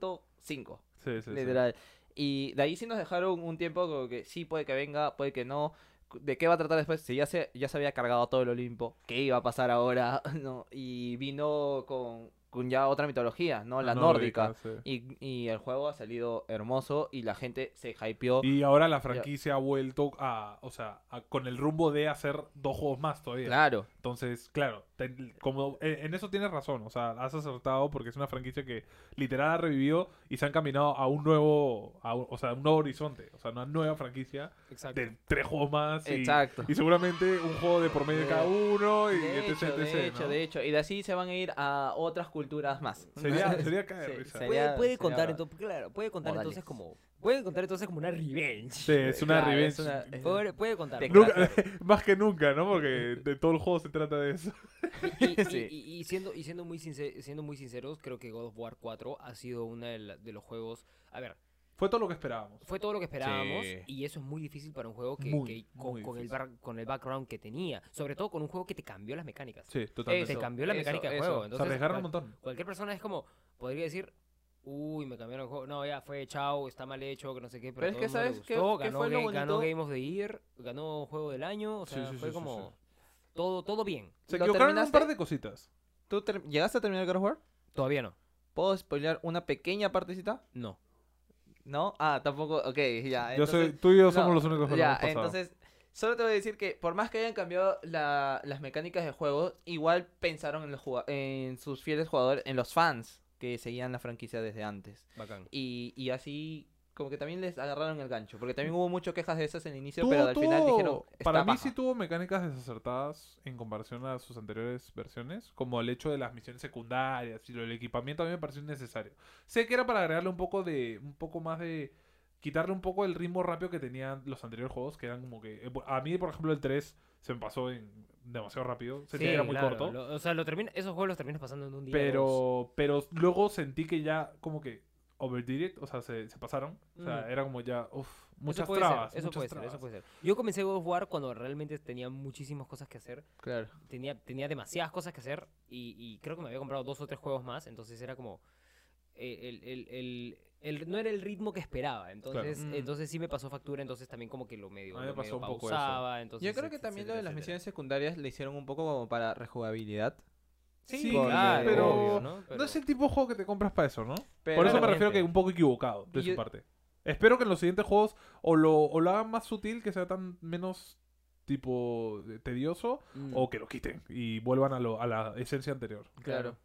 S1: 0.5
S3: Sí, sí, sí.
S1: literal. Y de ahí sí nos dejaron un tiempo como que sí, puede que venga, puede que no. ¿De qué va a tratar después? Si ya se, ya se había cargado todo el Olimpo, ¿qué iba a pasar ahora? no Y vino con con ya otra mitología, ¿no? La
S3: Ah,
S1: nórdica.
S3: nórdica, sí.
S1: Y, y el juego ha salido hermoso y la gente se hypeó.
S3: Y ahora la franquicia ha vuelto a, o sea, a- con el rumbo de hacer dos juegos más todavía.
S1: Claro.
S3: Entonces, claro, ten- como e, en, en eso tienes razón, o sea, has acertado porque es una franquicia que literal ha revivido y se han caminado a un nuevo, a un- o sea, a un nuevo horizonte, o sea, una nueva franquicia
S2: Exacto.
S3: de tres juegos más y,
S1: Exacto.
S3: y seguramente un juego de por medio de cada uno y
S1: De
S3: etc,
S1: hecho,
S3: etc,
S1: de hecho,
S3: ¿no?
S1: de hecho. Y de así se van a ir a otras culturas más.
S3: Sería, sería caer,
S1: Sí,
S3: risa.
S1: sería-
S2: Puede, puede
S1: sería
S2: contar
S1: bacán.
S2: entonces, claro, puede contar
S1: Modales.
S2: entonces como, puede contar entonces como una revenge.
S3: Sí, es una
S1: Claro,
S3: revenge.
S1: es una- es-
S2: Puede, puede contar.
S1: Te
S3: Nunca- más que nunca, ¿no? Porque de todo el juego se trata de eso.
S2: Y, y-
S1: Sí.
S2: y- y siendo, y siendo, muy sincer- siendo muy sinceros, creo que God of War 4 ha sido uno de, la- de los juegos. A ver,
S3: Fue todo lo que esperábamos.
S2: fue todo lo que esperábamos
S1: Sí.
S2: y eso es muy difícil para un juego que,
S3: Muy,
S2: que con,
S3: muy
S2: con el
S3: difícil.
S2: bar- con el background que tenía. Sobre todo con un juego que te cambió las mecánicas.
S3: Sí,
S1: totalmente.
S2: te
S1: Eso,
S2: cambió la
S1: eso,
S2: mecánica del
S1: eso.
S2: juego.
S3: se
S2: Entonces,
S3: arriesgaron un
S2: cual-
S3: montón.
S2: cualquier persona es como, podría decir, uy, me cambiaron el juego. No, ya fue, chao, está mal hecho, que no sé qué. Pero,
S1: Pero es que
S2: todo el mundo le
S1: ¿sabes qué-
S2: gustó,
S1: qué
S2: ganó,
S1: fue lo
S2: Ga- ganó
S1: bonito?
S2: Game of the Year, ganó Juego del Año. O
S3: Sí,
S2: sea,
S3: sí, sí,
S2: fue
S3: sí, sí,
S2: como
S3: sí.
S2: Todo, todo bien.
S3: Se
S1: ¿Lo
S3: equivocaron en un
S1: terminaste?
S3: par de cositas.
S1: ¿Tú ter- llegaste a terminar God of War?
S2: Todavía no.
S1: ¿Puedo spoilear una pequeña partecita?
S2: No.
S1: ¿No? Ah, tampoco. Ok, ya.
S3: yo
S1: Ah, entonces-
S3: soy, tú y yo somos
S1: no,
S3: los únicos que lo
S1: Ya,
S3: hemos pasado.
S1: entonces, solo te voy a decir que por más que hayan cambiado la- las mecánicas de juego, igual pensaron en, los juga- en sus fieles jugadores, en los fans que seguían la franquicia desde antes.
S2: Bacán.
S1: Y, y así, como que también les agarraron el gancho, porque también hubo muchas quejas de esas en el inicio,
S3: Tuvo-
S1: pero al final
S3: tuvo-
S1: dijeron, "Está
S3: para mí
S1: paja".
S3: sí tuvo mecánicas desacertadas en comparación a sus anteriores versiones, como el hecho de las misiones secundarias y lo del equipamiento a mí me pareció innecesario. Sé que era para agregarle un poco de un poco más de quitarle un poco el ritmo rápido que tenían los anteriores juegos, que eran como que eh, bu- a mí por ejemplo el 3 se me pasó en demasiado rápido, sentí que era muy
S2: claro,
S3: corto.
S2: lo- o sea, lo termina, esos juegos los terminas pasando en un día. dos.
S3: Pero, pero luego sentí que ya como que overdid it, o sea, se, se pasaron. O sea,
S2: Mm.
S3: era como ya, uff, muchas
S2: eso puede
S3: trabas.
S2: ser, eso
S3: muchas
S2: puede
S3: trabas.
S2: ser, eso puede ser. Yo comencé God of War cuando realmente tenía muchísimas cosas que hacer.
S1: Claro.
S2: Tenía, tenía demasiadas cosas que hacer y, y creo que me había comprado dos o tres juegos más. Entonces era como. eh, El, el- el- el- no era el ritmo que esperaba. Entonces,
S1: Mm.
S2: entonces sí me pasó factura. Entonces también como que lo medio.
S3: A mí me
S2: lo medio
S3: pasó un poco eso.
S2: pausaba, entonces,
S1: Yo creo que
S2: et-
S1: también lo
S2: etcétera,
S1: de las
S2: etcétera.
S1: misiones secundarias le hicieron un poco como para rejugabilidad.
S2: Sí,
S3: Sí,
S2: claro,
S1: pero-
S2: obvio, ¿no?
S3: No
S2: Pero-
S3: es el tipo de juego que te compras para eso, ¿no?
S1: Pero-
S3: Por eso me
S2: claramente.
S3: refiero que un poco equivocado de
S1: Y
S3: su
S1: yo-
S3: parte. Espero que en los siguientes juegos o lo, o lo hagan más sutil, que sea tan menos tipo eh, tedioso,
S2: Mm.
S3: o que lo quiten y vuelvan a, lo- a la esencia anterior.
S1: Claro.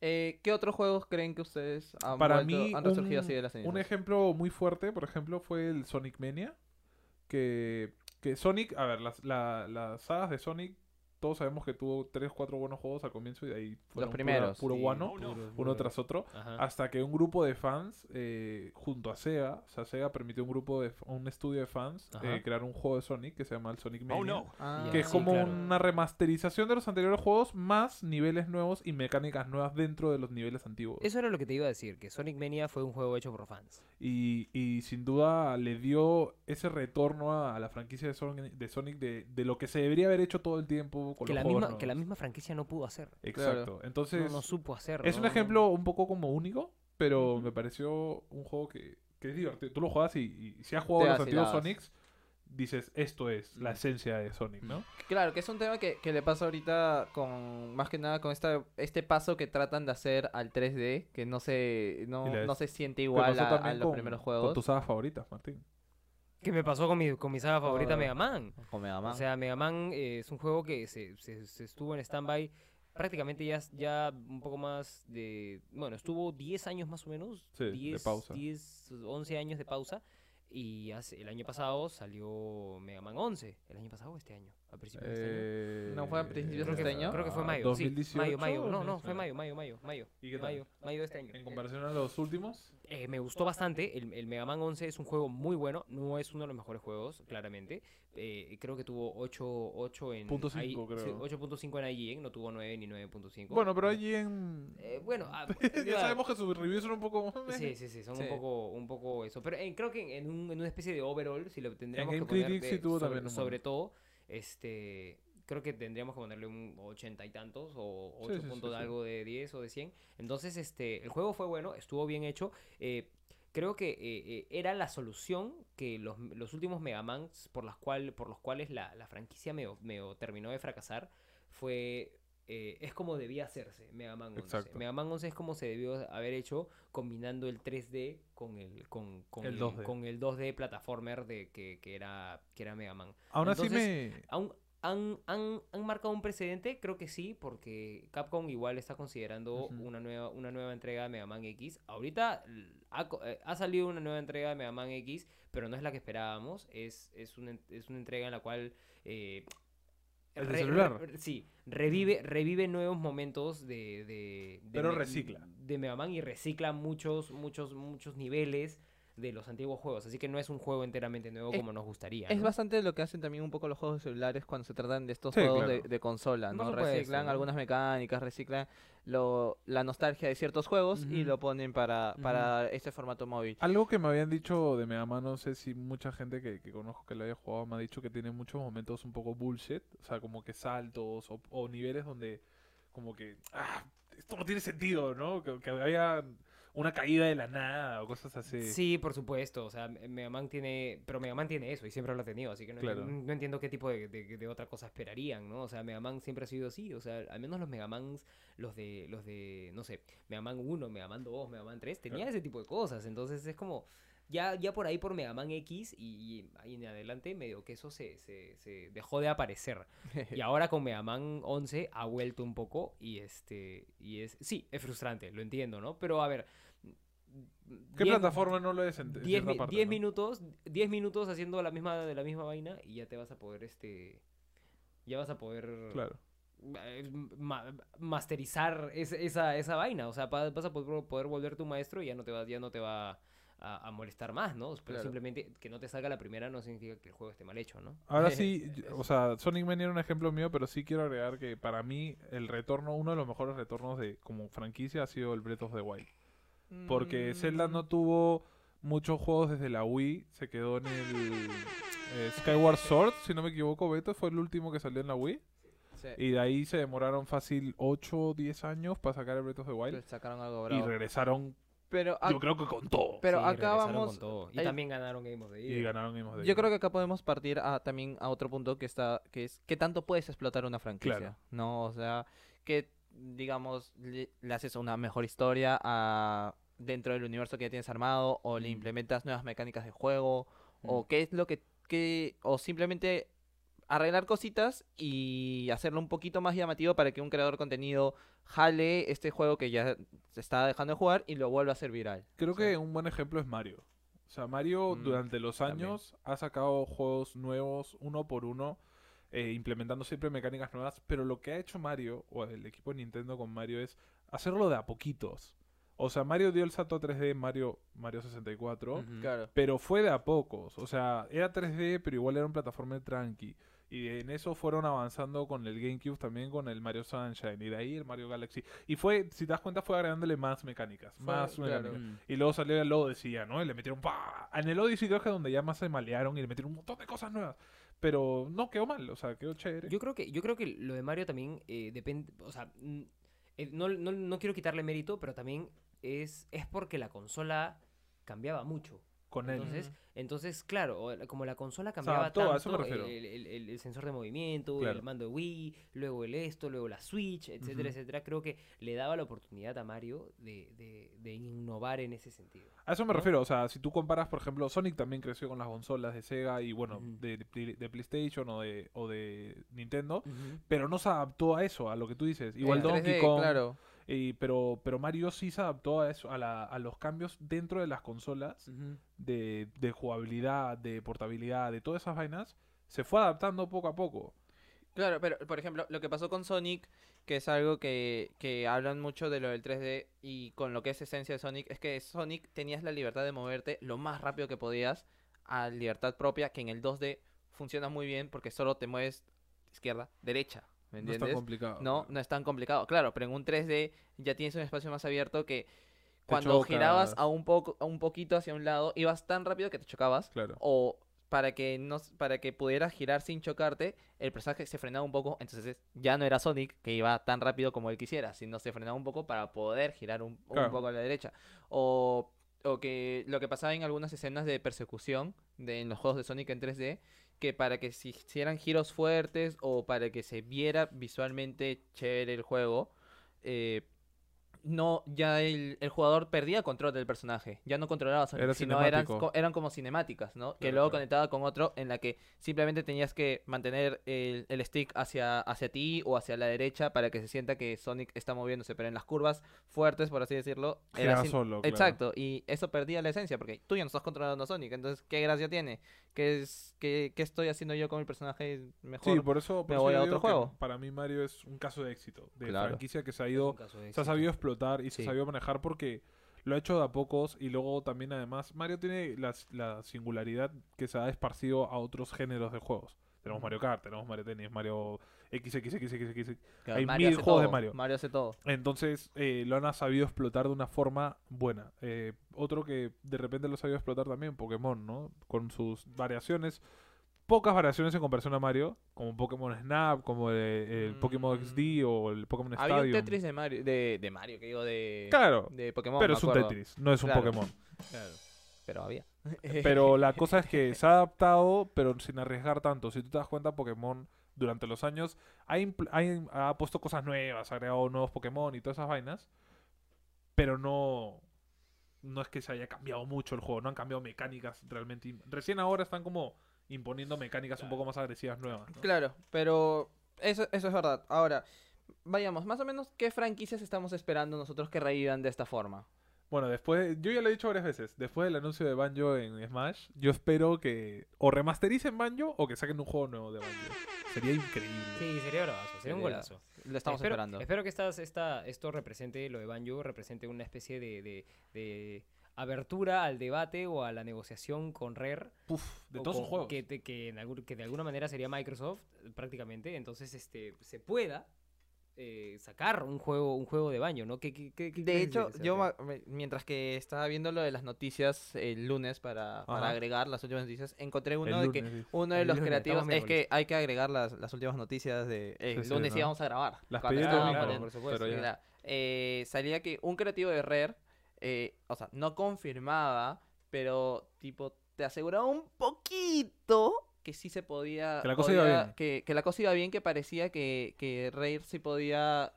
S1: Eh, ¿Qué otros juegos creen que ustedes han,
S3: Para
S1: vuelto-
S3: mí,
S1: han
S3: un,
S1: resurgido así de las
S3: un
S1: cenizas?
S3: ejemplo muy fuerte, por ejemplo, fue el Sonic Mania. Que, que Sonic, a ver, las, la- las sagas de Sonic, todos sabemos que tuvo 3, 4 buenos juegos al comienzo y de ahí fueron pura-
S1: primeros,
S3: puro
S1: sí.
S3: guano,
S2: Puro-
S3: uno
S2: puro-
S3: tras otro.
S2: Ajá.
S3: Hasta que un grupo de fans, eh, junto a Sega, o sea, Sega permitió un grupo de, un estudio de fans
S2: Ajá. Oh,
S3: eh, crear un juego de Sonic que se llama el Sonic Mania.
S1: Ah,
S3: Que
S2: Ya,
S3: es
S2: sí,
S3: como
S2: claro.
S3: una remasterización de los anteriores juegos, más niveles nuevos y mecánicas nuevas dentro de los niveles antiguos.
S2: Eso era lo que te iba a decir, que Sonic Mania fue un juego hecho por fans.
S3: Y, y sin duda le dio ese retorno a, a la franquicia de Sonic, de, Sonic de, de lo que se debería haber hecho todo el tiempo con
S2: Que
S3: los
S2: la,
S3: juegos
S2: misma, que la
S3: nuevos.
S2: misma franquicia no pudo hacer.
S3: Exacto.
S1: Claro.
S3: Entonces,
S2: No, no supo hacer.
S3: es
S2: ¿no?
S3: un
S2: No-
S3: ejemplo un poco como único, pero me pareció un juego que, que es divertido. Tú lo juegas y, y si has jugado
S1: Te
S3: los antiguos
S1: vacilabas.
S3: Sonics, dices, esto es la esencia de Sonic, ¿no?
S1: Claro, que es un tema que, que le pasa ahorita con, más que nada con esta, este paso que tratan de hacer al 3D, que no se, no,
S3: Y la-
S1: no se siente
S3: Te
S1: igual
S3: pasó
S1: a, a
S3: también
S1: los
S3: con-
S1: primeros
S3: Con
S1: juegos.
S3: tus sagas favoritas, Martín.
S2: Que me pasó con mi, con mi saga favorita,
S1: Ah.
S2: Mega Man.
S1: Con Mega
S2: O
S1: Man.
S2: sea, Mega Man eh, es un juego que se, se- se estuvo en stand-by prácticamente ya, ya un poco más de... Bueno, estuvo 10 años más o menos.
S3: Sí, de
S2: 10,
S3: pausa.
S2: 10, 11 años de pausa. Y hace- el año pasado salió Mega Man 11. El año pasado o este año. A principios de
S3: Eh,
S2: este año.
S1: No fue a principios
S2: Creo
S1: de
S2: que,
S1: este año.
S2: creo que fue mayo. sí.
S3: 2018.
S2: Mayo, mayo. No, no, fue
S3: 2019.
S2: mayo, mayo, mayo. Mayo,
S3: ¿Y qué tal?
S2: mayo, mayo de este año.
S3: En comparación a los últimos,
S2: Eh, me gustó bastante. El, el Mega Man 11 es un juego muy bueno. No es uno de los mejores juegos, claramente. Eh, creo que tuvo 8, 8 en.
S3: Punto
S2: I-
S3: cinco,
S2: sí,
S3: creo.
S2: 8.5 en IGN, no tuvo 9 ni 9.5.
S3: bueno, pero allí en...
S2: Eh, bueno, ah,
S3: ya sabemos que sus reviews son un poco...
S2: Sí, sí, sí, son
S1: Sí.
S2: un, poco, un poco eso. Pero eh, creo que en, en un- en una especie de overall, si lo tendríamos
S3: En
S2: que
S3: Game
S2: poner
S3: Critics
S2: de-
S3: sí tuvo
S2: sobre,
S3: también un
S2: sobre todo, este, creo que tendríamos que ponerle un 80 y tantos o
S3: Sí,
S2: 8
S3: sí, sí,
S2: puntos de
S3: sí.
S2: algo de 10 o de 100. Entonces, este, el juego fue bueno, estuvo bien hecho. eh, creo que eh, eh, era la solución que los, los últimos Mega Mans por, las cual, por los cuales la, la franquicia medio, medio terminó de fracasar fue eh, es como debía hacerse Mega Man 11.
S3: Exacto.
S2: Mega Man 11 es como se debió haber hecho combinando el 3D con el, con, con
S3: El 2D.
S2: con el 2D plataformer de, que, que era, que era Mega Man.
S3: Aún así
S2: Entonces,
S3: me...
S2: ¿Han, han, han, han marcado un precedente? Creo que sí, porque Capcom igual está considerando
S3: Ujú.
S2: una, nueva, una nueva entrega de Mega Man X. Ahorita l- ha, co- eh, ha salido una nueva entrega de Mega Man X, pero no es la que esperábamos. Es, es, una, en- es una entrega en la cual... eh,
S3: ¿El de celular?
S2: re- sí, revive, revive nuevos momentos de... de- de
S3: Pero
S2: Me-
S3: recicla.
S2: De Mega Man y recicla muchos, muchos, muchos niveles de los antiguos juegos. Así que no es un juego enteramente nuevo
S1: Es-
S2: como nos gustaría.
S1: Es
S2: ¿no?
S1: bastante lo que hacen también un poco los juegos de celulares cuando se tratan de estos
S3: Sí,
S1: juegos
S3: claro.
S1: de, de consola,
S2: Por
S1: ¿no?
S2: supuesto,
S1: Reciclan
S2: ¿no?
S1: algunas mecánicas, reciclan lo, la nostalgia de ciertos juegos y
S2: Ujú.
S1: lo ponen para, para este formato móvil.
S3: Algo que me habían dicho de Mega Man, no sé si mucha gente que, que conozco que lo haya jugado me ha dicho que tiene muchos momentos un poco bullshit, o sea, como que saltos o, o niveles donde como que, ah, esto no tiene sentido, ¿no? Que, que había una caída de la nada o cosas así.
S2: Sí, por supuesto. O sea, Me- Mega Man tiene. Pero Mega Man tiene eso y siempre lo ha tenido. Así que no,
S3: Claro.
S2: entiendo, no entiendo qué tipo de, de- de otra cosa esperarían, ¿no? O sea, Mega Man siempre ha sido así. O sea, al menos los Mega Mans, los de. los de. no sé, Mega Man 1, Mega Man 2, Mega Man 3, tenía
S3: Claro.
S2: ese tipo de cosas. Entonces es como. Ya, ya por ahí por Mega Man X y, y ahí en adelante medio que eso se, se- se dejó de aparecer.
S3: Eh.
S2: Y ahora con Mega Man 11 ha vuelto un poco y este y es sí, es frustrante, lo entiendo, ¿no? Pero a ver,
S3: ¿Qué
S2: bien-
S3: plataforma no lo es en, en
S2: 10
S3: cierta parte, no?
S2: minutos, 10 minutos haciendo la misma de la misma vaina y ya te vas a poder este ya vas a poder
S3: Claro.
S2: eh, ma- masterizar es- esa, esa vaina, o sea, pa- vas a poder, poder volver tu maestro y ya no te va ya no te va a, a molestar más, ¿no? Pero
S1: Claro.
S2: simplemente que no te salga la primera no significa que el juego esté mal hecho, ¿no?
S3: Ahora sí, yo- o sea, Sonic Man era un ejemplo mío, pero sí quiero agregar que para mí el retorno, uno de los mejores retornos de como franquicia ha sido el Breath of the Wild. Porque
S1: Mm.
S3: Zelda no tuvo muchos juegos desde la Wii, se quedó en el eh, Skyward Sword, si no me equivoco, Beto, fue el último que salió en la Wii.
S1: Sí.
S3: Y de ahí se demoraron fácil 8 o 10 años para sacar el Breath of the
S1: Le
S3: Wild.
S1: sacaron algo
S3: Y
S1: bravo.
S3: regresaron,
S1: Pero, ac-
S3: yo creo que con todo.
S1: pero
S2: Sí,
S1: acá
S2: regresaron
S1: vamos,
S2: con todo. Y
S1: el-
S2: también ganaron Game of the
S3: Y
S2: Year.
S3: ganaron mismos
S1: Yo creo que acá podemos partir a, también a otro punto que está, que es qué tanto puedes explotar una franquicia,
S3: Claro.
S1: ¿no? O sea, que digamos le, le haces una mejor historia a- dentro del universo que ya tienes armado, o le
S2: Mm.
S1: implementas nuevas mecánicas de juego,
S2: Mm.
S1: o qué es lo que, que- o simplemente arreglar cositas y hacerlo un poquito más llamativo para que un creador de contenido jale este juego que ya se está dejando de jugar y lo vuelva a hacer viral.
S3: Creo
S1: Sí.
S3: que un buen ejemplo es Mario. O sea, Mario
S1: Mm,
S3: durante los
S1: también.
S3: años ha sacado juegos nuevos uno por uno, eh, implementando siempre mecánicas nuevas, pero lo que ha hecho Mario, o el equipo de Nintendo con Mario, es hacerlo de a poquitos. O sea, Mario dio el salto a 3D en Mario, Mario 64,
S2: Ujú.
S1: Claro.
S3: pero fue de a pocos. O sea, era 3D, pero igual era un plataforma tranqui. Y en eso fueron avanzando con el GameCube también, con el Mario Sunshine, y de ahí el Mario Galaxy. Y fue, si te das cuenta, fue agregándole más mecánicas.
S1: Fue-
S3: más
S1: claro.
S3: mecánicas.
S2: Mm.
S3: Y luego salió el Odyssey ya, ¿no? Y le metieron ¡pa! En el Odyssey creo que es donde ya más se malearon y le metieron un montón de cosas nuevas. Pero no quedó mal, o sea, quedó chévere.
S2: Yo creo que, yo creo que lo de Mario también eh, depende, o sea, mm, eh, no, no- no quiero quitarle mérito, pero también es, es porque la consola cambiaba mucho.
S3: con él.
S2: Entonces, entonces claro, o la- como la consola cambiaba
S3: adaptó, a eso me
S2: tanto,
S3: refiero.
S2: el, el- el- el sensor de movimiento,
S3: Claro.
S2: el mando de Wii, luego el esto, luego la Switch, etcétera,
S3: Ujú.
S2: etcétera, creo que le daba la oportunidad a Mario de, de- de innovar en ese sentido.
S3: a eso me refiero, o sea, si tú comparas, por ejemplo, Sonic también creció con las consolas de Sega y bueno,
S2: Ujú.
S3: de, de- de PlayStation o de, o de Nintendo, pero no se adaptó a eso, a lo que tú dices. Igual
S1: El
S3: Donkey
S1: 3D,
S3: Kong,
S1: claro.
S3: y- pero, pero Mario sí se adaptó a eso, a, la- a los cambios dentro de las consolas. de, de jugabilidad, de portabilidad, de todas esas vainas, se fue adaptando poco a poco.
S1: Claro, pero por ejemplo, lo que pasó con Sonic, que es algo que, que hablan mucho de lo del 3D y con lo que es esencia de Sonic, es que Sonic tenías la libertad de moverte lo más rápido que podías a libertad propia, que en el 2D funciona muy bien porque solo te mueves izquierda, derecha, ¿me
S3: No es tan
S1: entiendes?
S3: complicado.
S1: No, no es tan complicado, claro, pero en un 3D ya tienes un espacio más abierto que cuando
S3: chocas.
S1: girabas a un, poco, a un poquito hacia un lado, ibas tan rápido que te chocabas
S3: Claro.
S1: o para que no s- para que pudieras girar sin chocarte, el personaje se frenaba un poco, entonces ya no era Sonic que iba tan rápido como él quisiera, sino se frenaba un poco para poder girar un, un
S3: Claro.
S1: poco a la derecha. O, o que lo que pasaba en algunas escenas de persecución de, en los juegos de Sonic en 3D, que para que se hicieran giros fuertes o para que se viera visualmente chévere el juego, eh, no, ya el, el jugador perdía control del personaje, ya no controlaba, sino
S3: Era
S1: sino eran,
S3: cinemático.
S1: co- eran como cinemáticas, ¿no? que
S3: Claro,
S1: luego
S3: claro.
S1: conectaba con otro en la que simplemente tenías que mantener el, el stick hacia, hacia ti o hacia la derecha para que se sienta que Sonic está moviéndose, pero en las curvas fuertes, por así decirlo,
S3: Giraba
S1: cin-
S3: solo, claro.
S1: Exacto, y eso perdía la esencia, porque tú ya no estás controlando a Sonic, entonces, ¿qué gracia tiene? ¿Qué, es, qué, qué estoy haciendo yo con el personaje mejor?
S3: Sí, por eso, por
S1: me
S3: eso
S1: voy
S3: yo
S1: a
S3: digo
S1: otro
S3: que
S1: juego.
S3: para mí Mario es un caso de éxito, de
S1: Claro.
S3: franquicia que se ha ido,
S2: caso de
S3: se ha sabido explotar y se
S1: Sí.
S3: ha sabido manejar porque lo ha hecho de a pocos y luego también además Mario tiene la, la singularidad que se ha esparcido a otros géneros de juegos. Tenemos Mario Kart, tenemos Mario Tennis, Mario XXXXX.
S1: Claro,
S3: hay mil
S1: hace
S3: juegos de
S1: todo,
S3: Mario.
S1: Mario hace todo.
S3: Entonces eh, lo han sabido explotar de una forma buena. Eh, otro que de repente lo ha sabido explotar también, Pokémon, ¿no? Con sus variaciones. Pocas variaciones en comparación a Mario, como Pokémon Snap, como el, el Pokémon
S1: Mm.
S3: XD o el Pokémon
S1: Había un
S3: Stadium.
S1: Tetris de Mario, de, de Mario, que digo, de,
S3: Claro,
S1: de Pokémon.
S3: pero
S1: me
S3: es un
S1: acuerdo.
S3: Tetris, no es un
S1: Claro.
S3: Pokémon.
S1: Pero había.
S3: Pero la cosa es que se ha adaptado, pero sin arriesgar tanto. Si tú te das cuenta, Pokémon durante los años ha, impl- ha im- ha puesto cosas nuevas, ha agregado nuevos Pokémon y todas esas vainas. Pero no, no es que se haya cambiado mucho el juego, no han cambiado mecánicas realmente. im- Recién ahora están como imponiendo mecánicas un poco más agresivas nuevas. ¿no?
S1: Claro, pero eso, eso es verdad. Ahora, vayamos, más o menos, ¿qué franquicias estamos esperando nosotros que revivan de esta forma?
S3: Bueno, después, yo ya lo he dicho varias veces, después del anuncio de Banjo en Smash, yo espero que o remastericen Banjo o que saquen un juego nuevo de Banjo. Sería increíble.
S2: Sí, sería bravazo, sería, un
S1: Sería-
S2: golazo.
S1: Lo estamos
S2: espero,
S1: esperando.
S2: Espero que estas, esta, esto represente, lo de Banjo, represente una especie de, de- de abertura al debate o a la negociación con Rare.
S3: Puf, de
S2: o
S3: todos los
S2: con-
S3: juegos.
S2: Que, te- que en algún- que de alguna manera sería Microsoft, eh, prácticamente. Entonces, este, se pueda eh, sacar un juego, un juego de Banjo, ¿no? ¿Qué- qué- qué- qué
S1: De
S2: crees,
S1: hecho,
S2: Sebastián?
S1: yo ma- me- mientras que estaba viendo lo de las noticias el lunes para, para
S3: Ajá.
S1: agregar las últimas noticias, encontré
S3: El
S1: uno de que
S3: lunes, sí.
S1: uno de
S2: El
S1: los
S2: lunes,
S1: creativos
S2: estamos
S1: es
S2: miércoles.
S1: que hay que agregar las, las últimas noticias de el
S3: Sí, sí,
S1: lunes
S3: ¿no?
S1: íbamos a grabar.
S3: Las
S1: cuando
S3: pedí el
S1: estábamos
S3: domingo,
S1: poniendo-
S2: por supuesto.
S3: pero ya.
S1: Mira, eh, salía que un creativo de Rare, eh, o sea, no confirmaba, pero tipo te aseguraba un poquito que sí se podía...
S3: Que la cosa iba
S1: podía-
S3: bien.
S1: Que, que la cosa iba bien, que parecía que, que Rare sí podía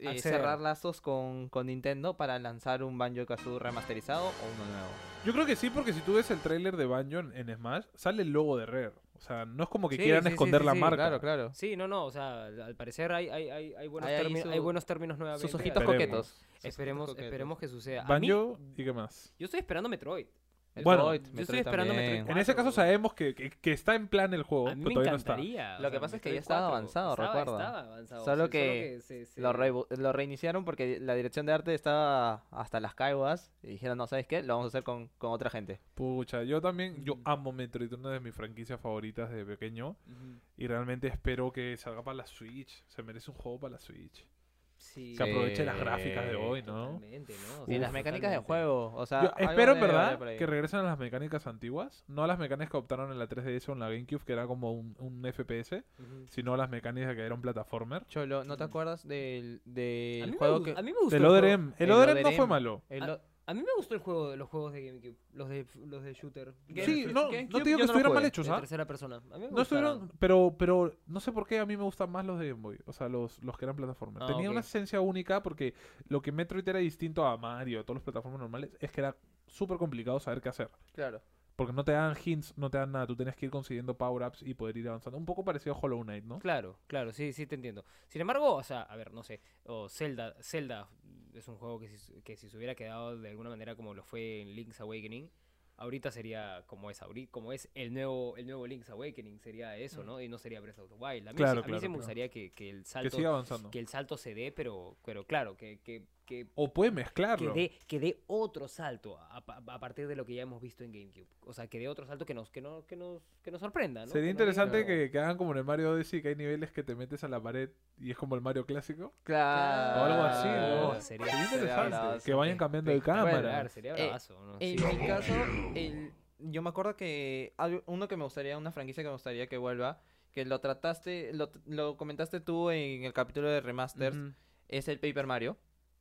S1: eh,
S2: Acceder.
S1: cerrar lazos con, con Nintendo para lanzar un Banjo-Kazooie remasterizado o uno nuevo.
S3: Yo creo que sí, porque si tú ves el tráiler de Banjo en, en Smash, sale el logo de Rare. O sea, no es como que
S2: Sí,
S3: quieran
S2: sí, sí,
S3: esconder
S2: sí,
S3: la
S2: sí,
S3: marca.
S1: Claro, claro.
S2: Sí, no, no, o sea, al al parecer hay, hay, hay, hay buenos,
S1: Hay ahí
S2: términos-
S1: su-
S2: hay buenos términos nuevamente.
S1: Sus ojitos
S2: así que
S3: Esperemos.
S1: coquetos.
S2: Esperemos, esperemos que suceda. A mí,
S3: Banjo y qué más.
S2: yo estoy esperando Metroid.
S1: El
S3: Bueno,
S1: Metroid,
S2: yo
S1: Metroid
S2: estoy esperando
S1: también.
S2: Metroid
S3: En ese
S2: Cuatro.
S3: caso sabemos que, que- que está en plan el juego,
S2: A mí
S3: pero
S2: me
S3: todavía no está.
S2: encantaría.
S1: Lo que pasa es que
S2: Metroid
S1: ya estaba
S2: 4.
S1: avanzado,
S2: Estaba-
S1: recuerda.
S2: Estaba avanzado.
S1: Solo
S2: sí,
S1: que
S2: se- se-
S1: Lo, rebu- lo reiniciaron porque la dirección de arte estaba hasta las caiguas y dijeron, no, ¿sabes qué? Lo vamos a hacer con, con otra gente.
S3: Pucha, yo también, yo
S2: Mm.
S3: amo Metroid, una de mis franquicias favoritas de pequeño.
S2: Ujú.
S3: Y realmente espero que salga para la Switch. Se merece un juego para la Switch.
S2: Sí.
S3: Que aproveche las gráficas de hoy, ¿no?
S2: Totalmente, ¿no? O
S1: Y
S2: sea,
S1: las mecánicas de
S2: totalmente.
S1: juego, o sea...
S3: Yo
S1: algo
S3: espero, en
S1: debe haber
S3: verdad,
S1: por ahí.
S3: que regresen a las mecánicas antiguas. No a las mecánicas que optaron en la 3DS o en la GameCube, que era como un, un FPS,
S2: Ujú.
S3: sino a las mecánicas que era un plataformer.
S1: Cholo, ¿no te acuerdas del,
S2: A
S1: del
S2: mí me
S1: juego
S2: gu-
S1: que...
S2: A mí me gustó.
S3: Del
S2: el juego-
S3: Other M. El
S1: El
S3: Other
S1: Other Em.
S3: M no
S1: M.
S3: fue malo.
S1: el o-
S2: A mí me gustó el juego, los juegos de GameCube. Los de, los de shooter.
S1: Game-
S3: Sí,
S1: Game-
S3: no, no te
S1: Game
S3: digo
S1: Cube
S3: que
S1: yo no lo
S3: estuvieran mal
S1: jugué,
S3: hechos,
S2: de
S3: ¿ah?
S2: tercera persona. A mí me
S3: No estuvieron,
S2: gustaron.
S3: pero, pero no sé por qué a mí me gustan más los de Game Boy, o sea, los, los que eran plataformas.
S2: Ah,
S3: Tenía una
S2: ok.
S3: esencia única porque lo que Metroid era distinto a Mario, a todas las plataformas normales, es que era súper complicado saber qué hacer.
S1: Claro.
S3: Porque no te dan hints, no te dan nada, tú tenías que ir consiguiendo power-ups y poder ir avanzando. Un poco parecido a Hollow Knight, ¿no?
S2: Claro, claro, sí, sí te entiendo. Sin embargo, o sea, a ver, no sé, o Zelda, Zelda es un juego que si, que si se hubiera quedado de alguna manera como lo fue en Link's Awakening, ahorita sería como es ahorita, como es el nuevo, el nuevo Link's Awakening, sería eso, ¿no? Y no sería Breath of the Wild. A
S3: Mm.
S2: mí,
S3: Claro,
S2: sí-
S3: claro,
S2: a mí sí
S3: claro.
S2: me gustaría que, que el
S3: que
S2: salto
S3: siga avanzando.
S2: que el salto se dé, pero, pero claro, que, que, que
S3: O puede
S2: que
S3: mezclarlo.
S2: dé, que dé otro salto a, a- a partir de lo que ya hemos visto en GameCube. O sea, que dé otro salto que nos, que nos, que nos, que nos sorprenda, ¿no?
S3: Sería
S2: Que nos diga-
S3: interesante que, que hagan como en el Mario Odyssey, que hay niveles que te metes a la pared y es como el Mario clásico.
S1: Claro.
S3: O algo así, ¿no?
S2: Oh, Ah, sería-
S3: Sería
S2: sería
S3: interesante.
S1: bravazo.
S3: que vayan cambiando de
S2: Pe-
S1: cámara.
S2: espectacular, Sería
S1: Eh,
S2: bravazo, ¿no?
S1: En
S2: Sí.
S1: mi caso, el- yo me acuerdo que algo- uno que me gustaría, una franquicia que me gustaría que vuelva, que lo
S2: Mm.
S1: trataste, lo, lo comentaste tú en el capítulo de remasters,
S3: Ujú.
S1: es el Paper Mario.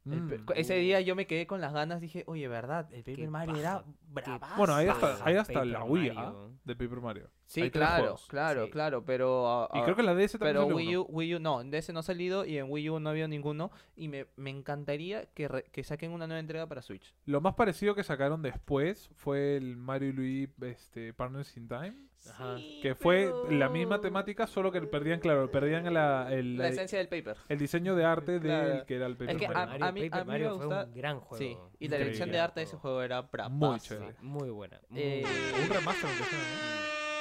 S1: El
S3: Mm.
S1: pe- cu- Ese día yo me quedé con las ganas, dije, oye, ¿verdad? El Paper
S2: Uh. Qué
S1: Mario
S2: paja,
S1: era
S2: qué
S1: bravazo.
S3: Bueno, hay hasta,
S2: Paso,
S3: hay hasta
S2: Ah, Paper
S3: la Wii ¿ah?
S2: Mario.
S3: de Paper Mario. hay
S1: Sí,
S3: tres
S1: claro,
S3: juegos.
S1: claro,
S2: Sí.
S1: claro, pero... ah,
S3: Y
S1: ah,
S3: creo que la DS también
S1: Pero
S3: salió
S1: Wii
S3: uno.
S1: U, Wii U no, de ese no ha salido y en Wii U no había ninguno. Y me, me encantaría que, re- que saquen una nueva entrega para Switch.
S3: Lo más parecido que sacaron después fue el Mario y Luigi este, Partners in Time,
S2: Ajá.
S3: que fue la misma temática, solo que perdían, claro, perdían la- el,
S1: La esencia del Paper.
S3: el diseño de arte del
S1: Claro.
S3: que era el Paper
S1: Es que
S3: Mario.
S1: a- a mí- a
S2: Paper
S1: mí me
S2: Mario fue
S1: gusta-
S2: un gran juego.
S1: Sí, y la
S3: Increíble.
S1: dirección de arte de ese juego era
S3: Muy
S1: bravazo.
S3: chévere.
S2: Muy buena. muy
S1: Eh,
S2: buena.
S3: Un remaster, aunque sea, ¿no?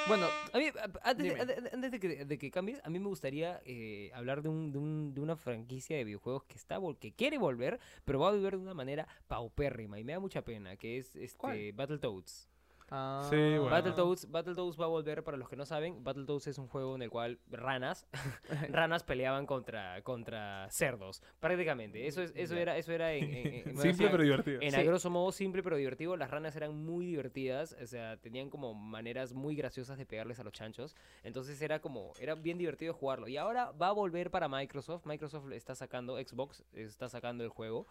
S1: Bueno,
S2: A mí, a- antes, de-
S1: Dime.
S2: ade- antes de, que, de que cambies, a mí me gustaría eh, hablar de, un- de un- de una franquicia de videojuegos que está vol- que quiere volver, pero va a volver de una manera paupérrima y me da mucha pena, que es este
S1: ¿Cuál?
S2: Battletoads.
S1: ah,
S3: Sí, bueno.
S2: Battletoads. Battletoads va a volver, para los que no saben, Battletoads es un juego en el cual ranas, ranas peleaban contra, contra cerdos, prácticamente. Eso, es, eso
S1: Ya.
S2: era, eso era en- en- en- en-
S3: Simple
S2: en-
S3: pero divertido.
S2: en
S1: Sí.
S2: a grosso modo simple pero divertido, las ranas eran muy divertidas, o sea, tenían como maneras muy graciosas de pegarles a los chanchos, entonces era como, era bien divertido jugarlo. Y ahora va a volver para Microsoft, Microsoft está sacando, Xbox está sacando el juego,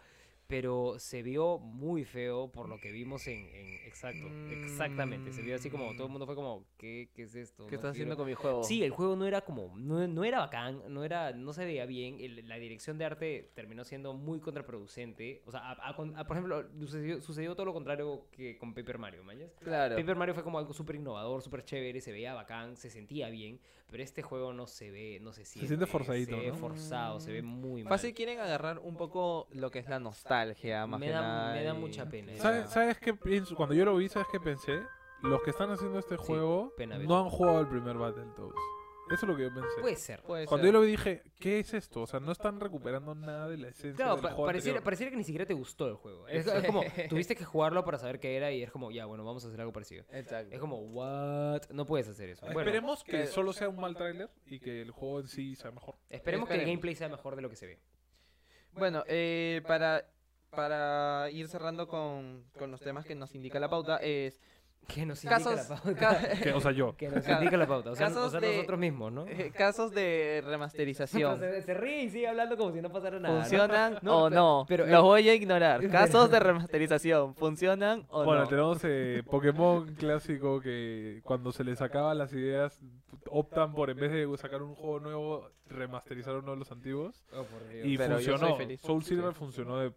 S2: pero se vio muy feo por lo que vimos en, en- exacto,
S1: Mm.
S2: exactamente, se vio así como, todo el mundo fue como, ¿qué, qué es esto?
S1: ¿Qué
S2: No
S1: estás
S2: quiero-
S1: haciendo con mi juego?
S2: Sí, el juego no era como, no, no era bacán, no era, no se veía bien, el- la dirección de arte terminó siendo muy contraproducente, o sea, a- a con- a- por ejemplo, sucedió, sucedió todo lo contrario que con Paper Mario, ¿mañas?
S1: claro.
S2: Paper Mario fue como algo súper innovador, súper chévere, se veía bacán, se sentía bien, pero este juego no se ve, no se siente.
S3: siente forzadito,
S2: Se ve
S3: ¿no?
S2: forzado, se ve muy mal.
S1: Mm. Fácil quieren agarrar un poco lo que es la nostalgia, más
S2: Me
S1: que
S2: da-
S1: nada,
S2: me da
S1: y-
S2: mucha pena eso.
S3: ¿Sabes, sabes qué pienso? Cuando yo lo vi, ¿sabes qué pensé? Los que están haciendo este juego
S2: pena,
S3: no
S2: Beto.
S3: han jugado el primer Battletoads. Eso es lo que yo pensé.
S2: Puede ser.
S1: Puede
S3: Cuando
S1: ser.
S3: yo lo vi dije, ¿qué es esto? O sea, no están recuperando nada de la esencia
S2: Claro,
S3: del
S2: pa-
S3: juego
S2: pareciera,
S3: anterior.
S2: pareciera que ni siquiera te gustó el juego. Es, es como, tuviste que jugarlo para saber qué era y es como, ya, bueno, vamos a hacer algo parecido.
S1: Exacto.
S2: Es como, what? No puedes hacer eso. Bueno, esperemos,
S3: Esperemos que solo sea un mal tráiler y que el juego en sí sea mejor.
S2: que el
S1: Esperemos.
S2: gameplay sea mejor de lo que se ve.
S1: Bueno, eh, para, para ir cerrando con, con los temas que nos indica la pauta, es
S2: Que nos indica
S1: casos,
S2: la pauta.
S1: ca-
S3: Que, o sea, yo.
S2: Que nos indica la pauta. O sea,
S1: Casos
S2: o sea,
S1: de-
S2: nosotros mismos, ¿no?
S1: eh, casos de
S2: Pero
S1: remasterización.
S2: se, se ríe y sigue hablando como si no pasara nada. ¿no?
S1: ¿Funcionan
S2: No,
S1: o
S2: pe-
S1: no?
S2: pero
S1: Los voy a ignorar. Casos de remasterización, ¿funcionan o
S3: Bueno,
S1: no?
S3: tenemos eh, Pokémon clásico que cuando se les acaban las ideas optan por en vez de sacar un juego nuevo, remasterizar uno de los antiguos.
S2: Oh, por Dios.
S3: Y
S1: Pero yo soy
S3: funcionó.
S1: feliz.
S3: Soul Silver funcionó de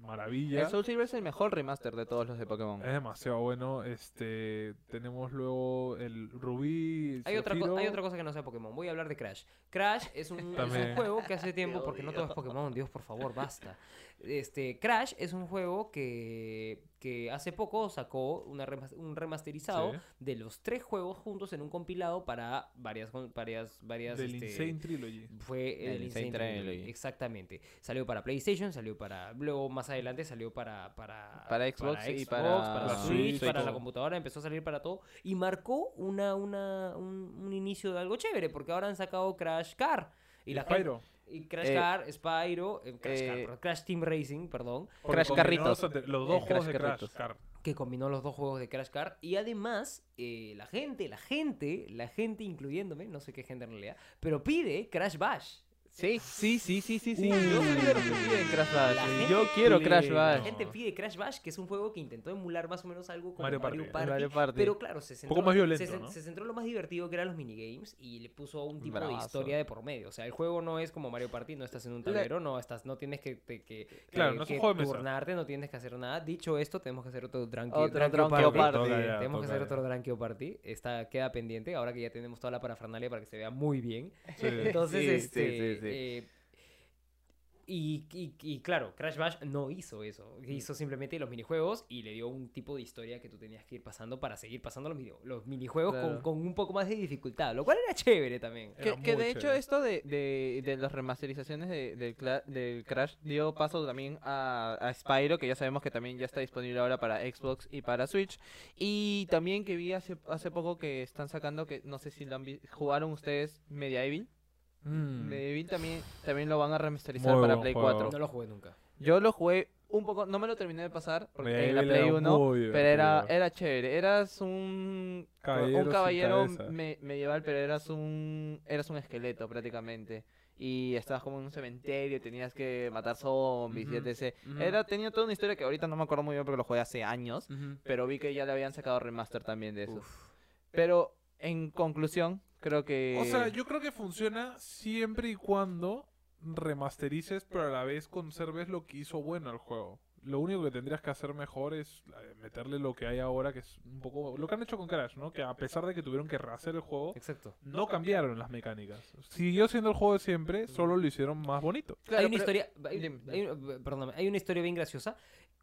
S3: maravilla.
S1: El Soul Silver es el mejor remaster de todos los de Pokémon.
S3: Es demasiado bueno. Este, tenemos luego el Rubí.
S2: Hay otra, co-
S3: Zafiro.
S2: hay otra cosa que no sea Pokémon. Voy a hablar de Crash. Crash es un, es un
S3: También.
S2: juego que hace tiempo, porque no todo es Pokémon, Dios, por favor, basta. Este, Crash es un juego que, que hace poco sacó una remas- un remasterizado
S3: Sí.
S2: de los tres juegos juntos en un compilado para varias... con- varias, varias
S3: del
S2: este,
S3: Insane Trilogy.
S2: Fue el,
S1: Del
S2: Insane
S1: Insane
S2: Trilogy,
S1: Trilogy.
S2: Exactamente. Salió para PlayStation, salió para. Luego más adelante salió para. Para,
S1: Para Xbox y para-
S3: la
S2: Switch,
S3: Switch,
S2: para
S3: todo.
S2: la computadora. Empezó a salir para todo. Y marcó una, una, un, un inicio de algo chévere, porque ahora han sacado Crash Car. Y, la gente-
S3: Spyro.
S2: y Crash
S1: Eh,
S2: Car, Spyro. eh, Crash, Car,
S1: eh,
S2: perdón, Crash Team Racing, perdón.
S3: Porque
S1: Crash
S3: combinó
S1: Carritos.
S3: Los, ante- los dos
S1: El
S3: juegos
S1: Crash
S3: de Crash.
S1: Carritos.
S3: Car.
S2: que combinó los dos juegos de Crash Car y además eh, la gente, la gente, la gente incluyéndome, no sé qué gente en realidad, pero pide Crash Bash.
S1: Sí, sí, sí, sí, sí, sí.
S3: Uy.
S1: Yo soy de los que piden Crash Bash.
S2: La
S1: y
S2: gente
S1: Yo quiero
S3: pide-
S1: Crash
S2: La
S1: Bash.
S2: gente pide Crash Bash, que es un juego que intentó emular más o menos algo como
S3: Mario
S2: Mario
S3: Party.
S2: Party,
S1: Mario Party.
S2: pero claro, se centró,
S3: más violento,
S2: se, cen-
S3: ¿no?
S2: se centró en lo más divertido que eran los minigames y le puso un tipo de
S1: Bravazo.
S2: historia de por medio. O sea, el juego no es como Mario Party, no estás en un
S1: Le-
S2: tablero, no estás, no tienes que, te- que,
S3: Claro,
S2: que-
S3: no es un
S2: que
S3: juego de mesa.
S2: turnarte, no tienes que hacer nada. Dicho esto, tenemos que hacer otro Drunky,
S1: Otro
S2: Drunky
S1: Drunky
S2: Party.
S1: Party.
S3: Toca ya,
S2: Tenemos que
S3: toca
S2: hacer
S3: ya.
S2: otro Drankeo Party. Está, queda pendiente, ahora que ya tenemos toda la parafernalia para que se vea muy bien.
S3: Sí.
S2: Entonces,
S1: Sí, sí,
S2: este,
S1: sí, sí.
S2: eh, y, y- y claro, Crash Bash no hizo eso. Hizo simplemente los minijuegos y le dio un tipo de historia que tú tenías que ir pasando para seguir pasando los, mini- los minijuegos con-
S1: Claro.
S2: con, un poco más de dificultad, lo cual era chévere también.
S3: Era
S1: Que, que
S3: muy
S1: de hecho
S3: chévere.
S1: esto de, de, de las remasterizaciones de, del cla- del Crash dio paso también a, a Spyro, que ya sabemos que también ya está disponible ahora para Xbox y para Switch. Y también que vi hace, hace poco que están sacando, que no sé si lo han vi- jugaron ustedes Medieval.
S3: Mm.
S1: Medieval también, también lo van a remasterizar
S3: Muy
S1: para
S3: buen
S1: Play
S3: juego.
S1: 4.
S2: No lo jugué nunca.
S1: Yo lo jugué un poco, no me lo terminé de pasar porque en la
S3: Medieval
S1: Play
S3: era
S1: 1,
S3: muy
S1: pero era,
S3: divertido.
S1: era chévere. Eras un
S3: Caballero
S1: un
S3: sin
S1: caballero
S3: cabeza.
S1: me- medieval, pero eras un eras un esqueleto prácticamente. y estabas como en un cementerio y tenías que matar zombies
S2: Ujú,
S1: y etc.
S2: ujú.
S1: eh, Era, tenía toda una historia que ahorita no me acuerdo muy bien porque lo jugué hace años,
S2: Ujú.
S1: pero vi que ya le habían sacado remaster también de eso. Pero en conclusión, creo que...
S3: O sea, yo creo que funciona siempre y cuando remasterices, pero a la vez conserves lo que hizo bueno al juego. Lo único que tendrías que hacer mejor es eh, meterle lo que hay ahora, que es un poco lo que han hecho con Crash, ¿no? Que a pesar de que tuvieron que rehacer el juego,
S2: Exacto.
S3: no cambiaron las mecánicas. Siguió siendo el juego de siempre, solo lo hicieron más bonito.
S1: Claro,
S2: hay una
S1: pero- eh,
S2: historia. hay-
S1: dime,
S2: hay una- perdóname, hay una historia bien graciosa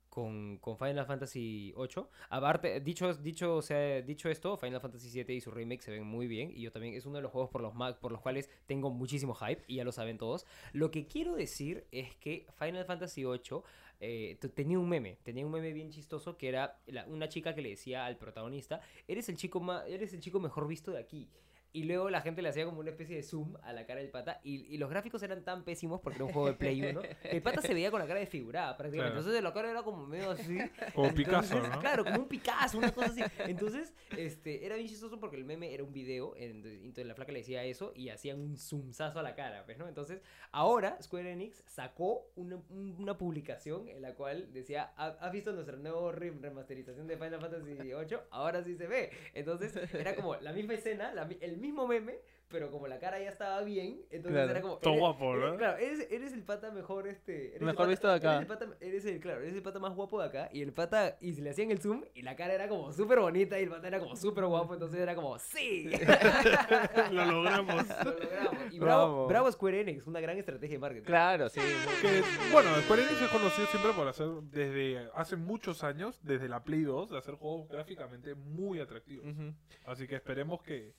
S2: con, con Final Fantasy VIII. Aparte, dicho, dicho, o sea, dicho esto, Final Fantasy VII y su remake se ven muy bien. Y yo también es uno de los juegos por los, ma- por los cuales tengo muchísimo hype y ya lo saben todos. Lo que quiero decir es que Final Fantasy VIII eh, t- tenía un meme, tenía un meme bien chistoso que era la- una chica que le decía al protagonista, eres el chico más, eres el chico mejor visto de aquí. Y luego la gente le hacía como una especie de zoom a la cara del pata. Y, y los gráficos eran tan pésimos porque era un juego de Play 1. que el pata se veía con la cara desfigurada prácticamente.
S3: Claro.
S2: Entonces la cara era como medio así.
S3: Como
S2: Entonces,
S3: Picasso, ¿no?
S2: Claro, como un Picasso, una cosa así. Entonces, este, era bien chistoso porque el meme era un video, en- entonces la flaca le decía eso y hacían un zoomzazo a la cara, pues, ¿no? Entonces, ahora Square Enix sacó una, un- una publicación en la cual decía, "Ha- ¿has visto nuestra nueva re- remasterización de Final Fantasy VIII? Ahora sí se ve. Entonces, era como la misma escena, la mi- el mismo meme, pero como la cara ya estaba bien, entonces
S1: Claro.
S2: era como...
S3: Todo
S2: eres-
S3: guapo,
S2: eres-
S3: ¿verdad?
S2: Claro, eres, eres el pata mejor, este... eres el
S1: Mejor
S2: pata-
S1: visto de
S2: eres
S1: acá.
S2: el pata- eres el, claro, eres el pata más guapo de acá. Y el pata, y se le hacían el zoom, y la cara era como súper bonita, y el pata era como súper guapo, entonces era como, ¡sí!
S3: lo logramos.
S2: Lo logramos. Y bravo,
S1: Bravo.
S2: bravo Square Enix, una gran estrategia de marketing.
S1: Claro, sí.
S3: Que, bueno, Square Enix es conocido siempre por hacer, desde hace muchos años, desde la Play 2, de hacer juegos gráficamente muy atractivos.
S1: Ujú.
S3: Así que esperemos que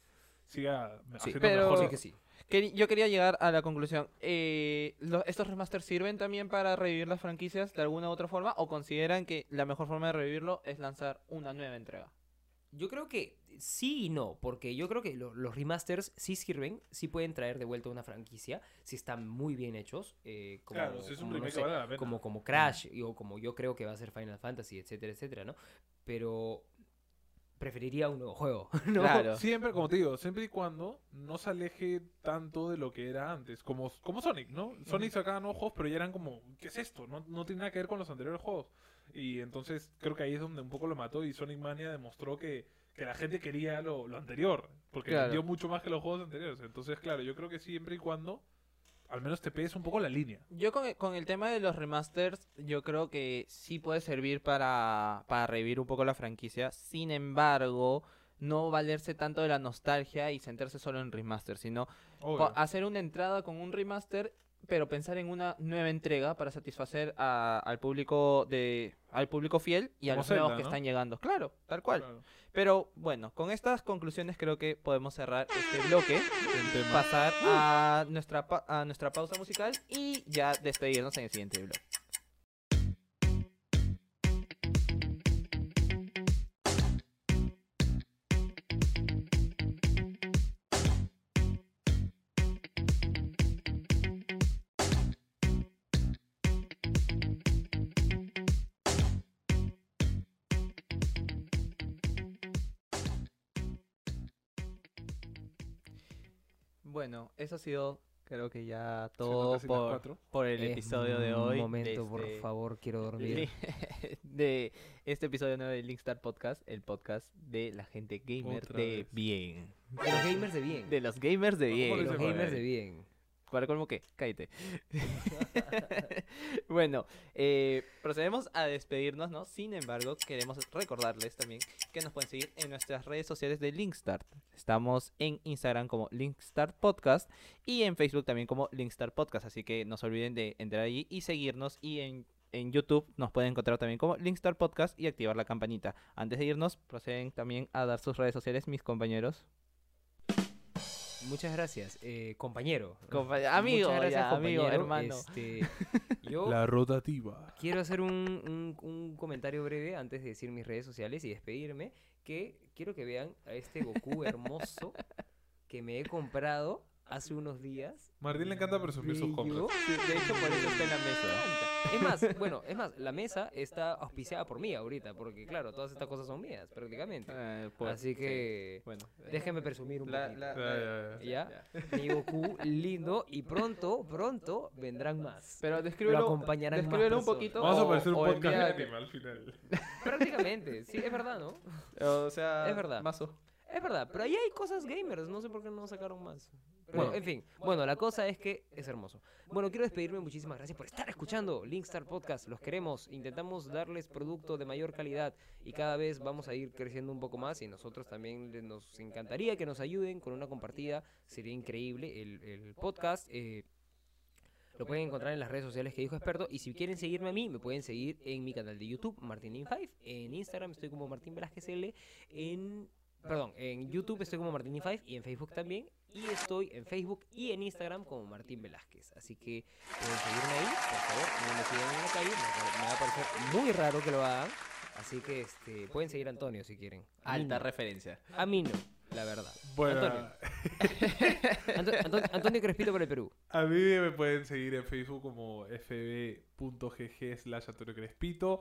S3: siga haciendo
S1: pero-
S3: mejor.
S1: Sí que
S2: sí.
S1: Queri- Yo quería llegar a la conclusión. eh, lo- ¿Estos remasters sirven también para revivir las franquicias de alguna u otra forma? ¿O consideran que la mejor forma de revivirlo es lanzar una nueva entrega?
S2: Yo creo que sí y no, porque yo creo que lo- los remasters sí sirven, sí pueden traer de vuelta una franquicia, si están muy bien hechos. eh, como,
S3: claro, si es un
S2: como, no
S3: remake
S2: sé,
S3: vale la pena.
S2: como, como Crash, y- o como yo creo que va a ser Final Fantasy, etcétera, etcétera, ¿no? Pero preferiría un nuevo juego, ¿no?
S1: Claro.
S3: Siempre, como te digo, siempre y cuando no se aleje tanto de lo que era antes. Como, como Sonic, ¿no? Sonic sacaba nuevos juegos, pero ya eran como, ¿qué es esto? No, no tiene nada que ver con los anteriores juegos. Y entonces creo que ahí es donde un poco lo mató y Sonic Mania demostró que, que la gente quería lo, lo anterior. Porque
S1: Claro.
S3: vendió mucho más que los juegos anteriores. Entonces, claro, yo creo que siempre y cuando al menos te pegues un poco la línea.
S1: Yo con, con el tema de los remasters, yo creo que sí puede servir para, para revivir un poco la franquicia. Sin embargo, no valerse tanto de la nostalgia y centrarse solo en remasters, sino
S3: Obvio.
S1: po- hacer una entrada con un remaster, pero pensar en una nueva entrega para satisfacer a- al público de al público fiel y a
S3: Como
S1: los nuevos
S3: Zelda,
S1: que
S3: ¿no?
S1: están llegando. Claro, tal cual.
S3: Claro.
S1: Pero bueno, con estas conclusiones creo que podemos cerrar este bloque,
S3: El tema. Uh.
S1: pasar a nuestra pa- a nuestra pausa musical y ya despedirnos en el siguiente bloque. Bueno, eso ha sido creo que ya todo
S3: casi las
S1: por,
S3: cuatro.
S1: por el
S2: Es
S1: episodio de hoy.
S2: Un momento,
S1: de
S2: por
S1: este-
S2: favor, quiero dormir.
S1: li- de este episodio nuevo de Linkstar Podcast, el podcast de la gente gamer
S3: Otra
S1: de
S3: vez.
S1: bien.
S2: De los gamers de bien.
S1: De los gamers de
S3: ¿Cómo lo
S1: bien.
S2: De los
S3: dice
S2: gamers
S3: Jorge?
S2: de bien.
S1: Para colmo que, cállate. bueno, eh, procedemos a despedirnos, ¿no? Sin embargo, queremos recordarles también que nos pueden seguir en nuestras redes sociales de Linkstart. Estamos en Instagram como Linkstart Podcast y en Facebook también como Linkstart Podcast. Así que no se olviden de entrar allí y seguirnos y en... En YouTube nos pueden encontrar también como Linkstar Podcast y activar la campanita. Antes de irnos, proceden también a dar sus redes sociales, mis compañeros.
S2: Muchas gracias, eh, compañero.
S1: Compa- amigo,
S2: Muchas gracias,
S1: ya, amigo,
S2: compañero.
S1: hermano.
S2: Este, yo
S3: La rotativa.
S2: quiero hacer un, un- un comentario breve antes de decir mis redes sociales y despedirme. Que quiero que vean a este Goku hermoso que me he comprado hace unos días.
S3: Martín le encanta presumir sus
S2: Brillo.
S3: compras.
S1: De hecho, por eso está en la mesa.
S2: encanta. Es más, bueno, es más, la mesa está auspiciada por mí ahorita, porque claro, todas estas cosas son mías prácticamente.
S1: Eh, pues,
S2: Así que
S1: sí. Bueno. eh,
S2: déjeme presumir un
S1: La-
S2: poquito.
S1: la-
S3: Ya, ya,
S2: ¿Ya? Mi Goku lindo y pronto, pronto vendrán más.
S1: Pero descríbelo,
S2: Lo acompañarán más
S1: descríbelo un
S2: personas.
S1: poquito.
S3: Vamos a
S1: o-
S3: aparecer un
S1: o
S3: podcast de
S1: envíale-
S3: anime al final.
S2: Prácticamente, sí, es verdad, ¿no?
S1: O sea,
S2: Es verdad.
S1: Mazo.
S2: Es verdad, pero ahí hay cosas gamers, no sé por qué no sacaron más. Pero,
S1: Bueno.
S2: en fin, bueno, la cosa es que es hermoso. Bueno, quiero despedirme, muchísimas gracias por estar escuchando Linkstar Podcast, los queremos, intentamos darles producto de mayor calidad y cada vez vamos a ir creciendo un poco más y nosotros también le- nos encantaría que nos ayuden con una compartida, sería increíble el, el podcast. eh, lo pueden encontrar en las redes sociales que dijo Experto. Y si quieren seguirme a mí, me pueden seguir en mi canal de YouTube, Martinin5. En Instagram estoy como Martín Velázquez L. En Perdón, en YouTube estoy como Martín 5 y en Facebook también. Y estoy en Facebook y en Instagram como Martín Velázquez. Así que pueden seguirme ahí, por favor. No me sigan en la calle, me, me va a parecer muy raro que lo hagan. Así que este, pueden seguir a Antonio si quieren. A mí
S1: Alta
S2: no,
S1: referencia.
S2: A mí no, la verdad.
S3: Bueno,
S2: Antonio. Anto- Anto- Antonio Crespito por el Perú.
S3: a mí me pueden seguir en Facebook como fb.gg slash Antonio Crespito.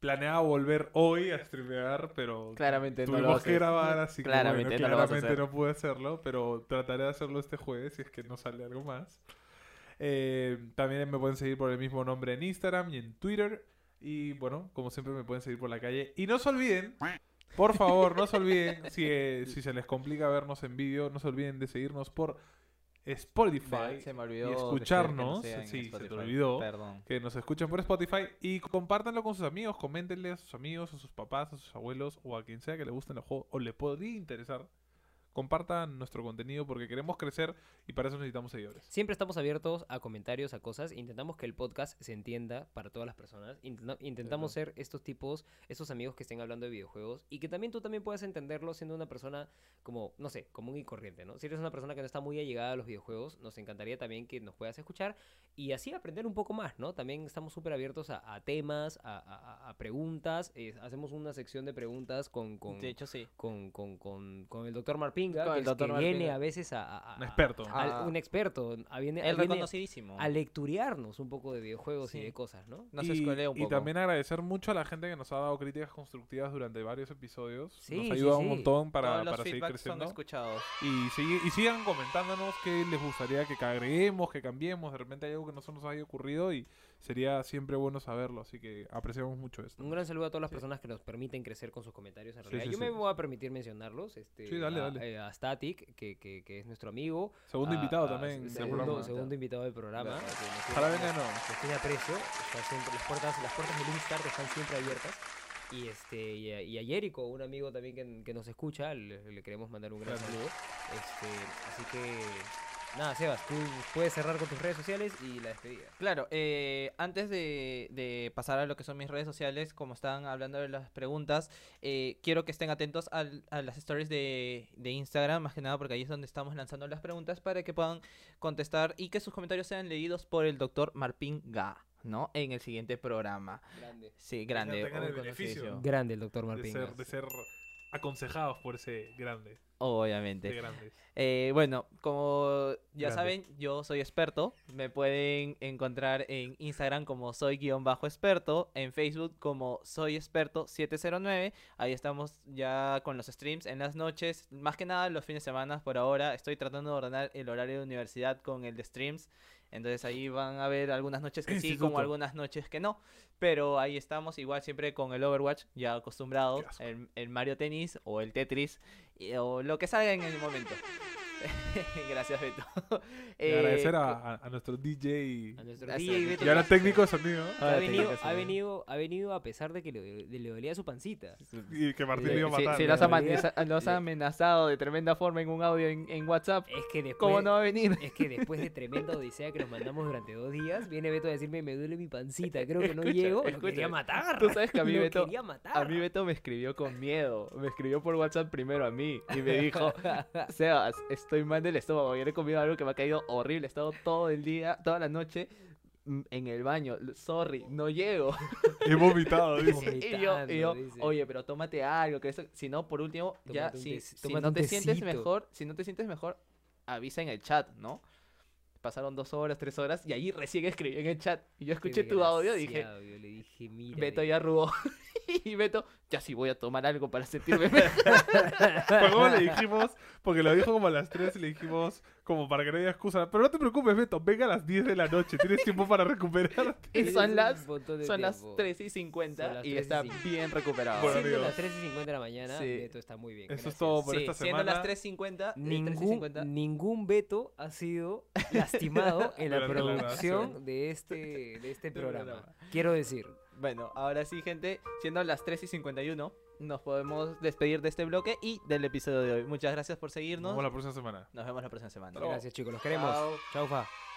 S3: Planeaba volver hoy a streamear, pero
S1: Claramente no lo
S3: tuvimos que
S1: haces.
S3: grabar, así que
S1: Claramente no
S3: bueno,
S1: lo vas a
S3: claramente
S1: hacer.
S3: no pude hacerlo, pero trataré de hacerlo este jueves si es que no sale algo más. Eh, también me pueden seguir por el mismo nombre en Instagram y en Twitter. Y bueno, como siempre me pueden seguir por la calle. Y no se olviden, por favor, no se olviden, si, eh, si se les complica vernos en vídeo, no se olviden de seguirnos por Spotify.
S1: Se me olvidó.
S3: y
S1: decir que no
S3: escucharnos,
S1: sea en
S3: sí, se te
S1: Spotify.
S3: olvidó.
S1: Perdón.
S3: Que nos escuchen por Spotify y compártanlo con sus amigos, coméntenle a sus amigos, a sus papás, a sus abuelos o a quien sea que le gusten los juegos o le podría interesar. Compartan nuestro contenido porque queremos crecer y para eso necesitamos seguidores.
S2: Siempre estamos abiertos a comentarios, a cosas. Intentamos que el podcast se entienda para todas las personas. Intenta- intentamos ser estos tipos, estos amigos que estén hablando de videojuegos y que también tú también puedas entenderlo siendo una persona como, no sé, común y corriente, ¿no? Si eres una persona que no está muy allegada a los videojuegos, nos encantaría también que nos puedas escuchar y así aprender un poco más, ¿no? También estamos súper abiertos a, a temas, a, a- a- a preguntas. eh, hacemos una sección de preguntas con... con
S1: De hecho, sí.
S2: con, con, con, con el doctor Marpinga,
S1: Con el
S2: que, es- que
S1: doctor
S2: viene
S1: Marpinga.
S2: a veces a, a-
S3: Un
S2: a-
S3: experto.
S1: Ah.
S2: al- un experto. a- viene, ah,
S1: El
S2: viene
S1: reconocidísimo.
S2: a lecturearnos un poco de videojuegos y
S1: Sí.
S2: de cosas, ¿no?
S1: No se
S3: y,
S1: escolea un
S3: y
S1: poco.
S3: también agradecer mucho a la gente que nos ha dado críticas constructivas durante varios episodios.
S2: Sí,
S3: nos
S2: sí,
S3: ayuda
S2: sí.
S3: un montón para,
S1: Todos los
S3: para seguir
S1: feedbacks son
S3: creciendo.
S1: escuchados.
S3: Y, sigui- y sigan comentándonos qué les gustaría que agreguemos, que cambiemos. De repente hay algo que no se nos haya ocurrido y sería siempre bueno saberlo. Así que apreciamos mucho esto.
S2: Un gran saludo a todas las personas que nos permiten crecer con sus comentarios. En
S3: Sí,
S2: realidad,
S3: sí,
S2: yo
S3: sí.
S2: me voy a permitir mencionarlos. Este,
S3: Sí, dale,
S2: a,
S3: dale.
S2: eh, a Static, que, que, que es nuestro amigo.
S3: Segundo
S2: a-
S3: invitado
S2: a-
S3: también. del
S2: Segundo,
S3: programa.
S2: segundo invitado del programa.
S1: Claro.
S2: que nos
S3: Ojalá
S2: tiene-
S3: venga de nuevo.
S2: les tiene aprecio, está siempre- las puertas, las puertas de Linkstar están siempre abiertas. Y este, y a, y a Jericho, un amigo también que, que nos escucha, le, le queremos mandar un gran
S3: Claro.
S2: saludo. Este, así que nada, Sebas, tú puedes cerrar con tus redes sociales y la despedida.
S1: Claro, eh, antes de, de pasar a lo que son mis redes sociales, como están hablando de las preguntas, eh, quiero que estén atentos al- a las stories de, de Instagram, más que nada porque ahí es donde estamos lanzando las preguntas para que puedan contestar y que sus comentarios sean leídos por el doctor Marpín Ga, ¿no? En el siguiente programa.
S2: Grande.
S1: Sí, grande.
S3: tengan el
S1: un
S3: beneficio.
S1: conocidísimo.
S2: Grande el doctor
S3: de
S2: Martín.
S3: ser, de ser aconsejados por ese grande, de
S1: Obviamente.
S3: grandes.
S1: Eh, bueno, como ya
S3: Grande.
S1: saben, yo soy experto. Me pueden encontrar en Instagram como soy-experto, en Facebook como soy experto 709. Ahí estamos ya con los streams en las noches, más que nada los fines de semana por ahora. Estoy tratando de ordenar el horario de universidad con el de streams. Entonces ahí van a haber algunas noches que sí, como
S3: Instituto.
S1: algunas noches que no. Pero ahí estamos, igual siempre con el Overwatch, ya acostumbrado,
S3: Qué asco.
S1: el, el Mario Tennis o el Tetris, y- o lo que salga en el momento. Gracias, Beto.
S3: Y
S1: Eh,
S3: agradecer a, a- a nuestro DJ y,
S2: A nuestro
S1: Ah,
S2: DJ
S1: sí.
S2: Beto
S3: y ahora
S2: Vázquez,
S3: técnico de sonido Ah,
S2: que Ha
S1: Ahora técnico
S2: venido,
S1: de
S2: ha,
S1: sonido.
S2: venido, ha venido a pesar de que le, le- le dolía su pancita.
S3: y que Martín
S2: Sí,
S3: le iba a
S1: Sí,
S3: matar.
S1: sí,
S2: la
S1: los, ha
S2: realidad-
S1: amenaza- los ha amenazado de tremenda forma en un audio en, en WhatsApp.
S2: Es que después,
S1: ¿Cómo no va a venir?
S2: es que después de tremenda odisea que nos mandamos durante dos días, viene Beto a decirme, me duele mi pancita, creo que no
S1: Escucha,
S2: llego, lo
S1: escucha.
S2: quería matar.
S1: Tú sabes que a mí,
S2: Lo
S1: Beto,
S2: quería matar.
S1: a mí Beto me escribió con miedo. Me escribió por WhatsApp primero a mí y me dijo, Sebas, estoy mal del estómago. Ayer he comido algo que me ha caído horrible. He estado todo el día, toda la noche mm, en el baño. L- Sorry, no llego.
S3: He vomitado, dice.
S1: Y yo, y yo,
S2: Vomitando, dice.
S1: oye, pero tómate algo. Que eso... Si no, por último, ya,
S2: Tómate un
S1: si,
S2: tec-
S1: si
S2: tómate
S1: no
S2: un
S1: te sientes
S2: tecito.
S1: mejor, si no te sientes mejor, avisa en el chat, ¿no? Pasaron dos horas, tres horas y ahí recién escribí en el chat. Y yo
S2: Qué
S1: escuché tu audio y dije,
S2: desgraciado, Yo le dije, mira.
S1: Beto
S2: le-
S1: ya arrugó. y Beto, ya sí voy a tomar algo para sentirme mejor.
S3: Pero ¿Cómo le dijimos? Porque lo dijo como a las 3 y le dijimos como para que no haya excusa. Pero no te preocupes, Beto, venga a las 10 de la noche, tienes tiempo para recuperarte.
S1: Y
S2: Tienes
S1: son
S2: un
S1: las,
S2: montón de
S1: son las
S2: tiempo.
S1: 3 y 50
S2: Son las
S1: y
S2: 3 y
S1: está
S2: 50.
S1: bien recuperado.
S3: Bueno,
S2: Siendo
S3: amigos.
S2: las 3 y 50 de la mañana,
S1: Sí.
S2: Beto está muy bien.
S3: Eso es
S2: gracias.
S3: todo por
S1: Sí,
S3: esta
S1: siendo
S3: semana.
S1: las 3.50, eh, 3.50.
S2: Ningún, ningún Beto ha sido lastimado en la
S3: Durante la
S2: producción
S3: grabación.
S2: de este, de este
S3: Durante la
S2: programa. Quiero decir,
S1: Bueno, ahora sí, gente, siendo las 3 y 51, nos podemos despedir de este bloque y del episodio de hoy. Muchas gracias por
S3: Nos
S1: seguirnos.
S3: vemos la próxima semana.
S1: Nos vemos la próxima semana.
S3: Hasta luego.
S2: gracias chicos, los queremos.
S1: Chao.
S2: Chau, fa.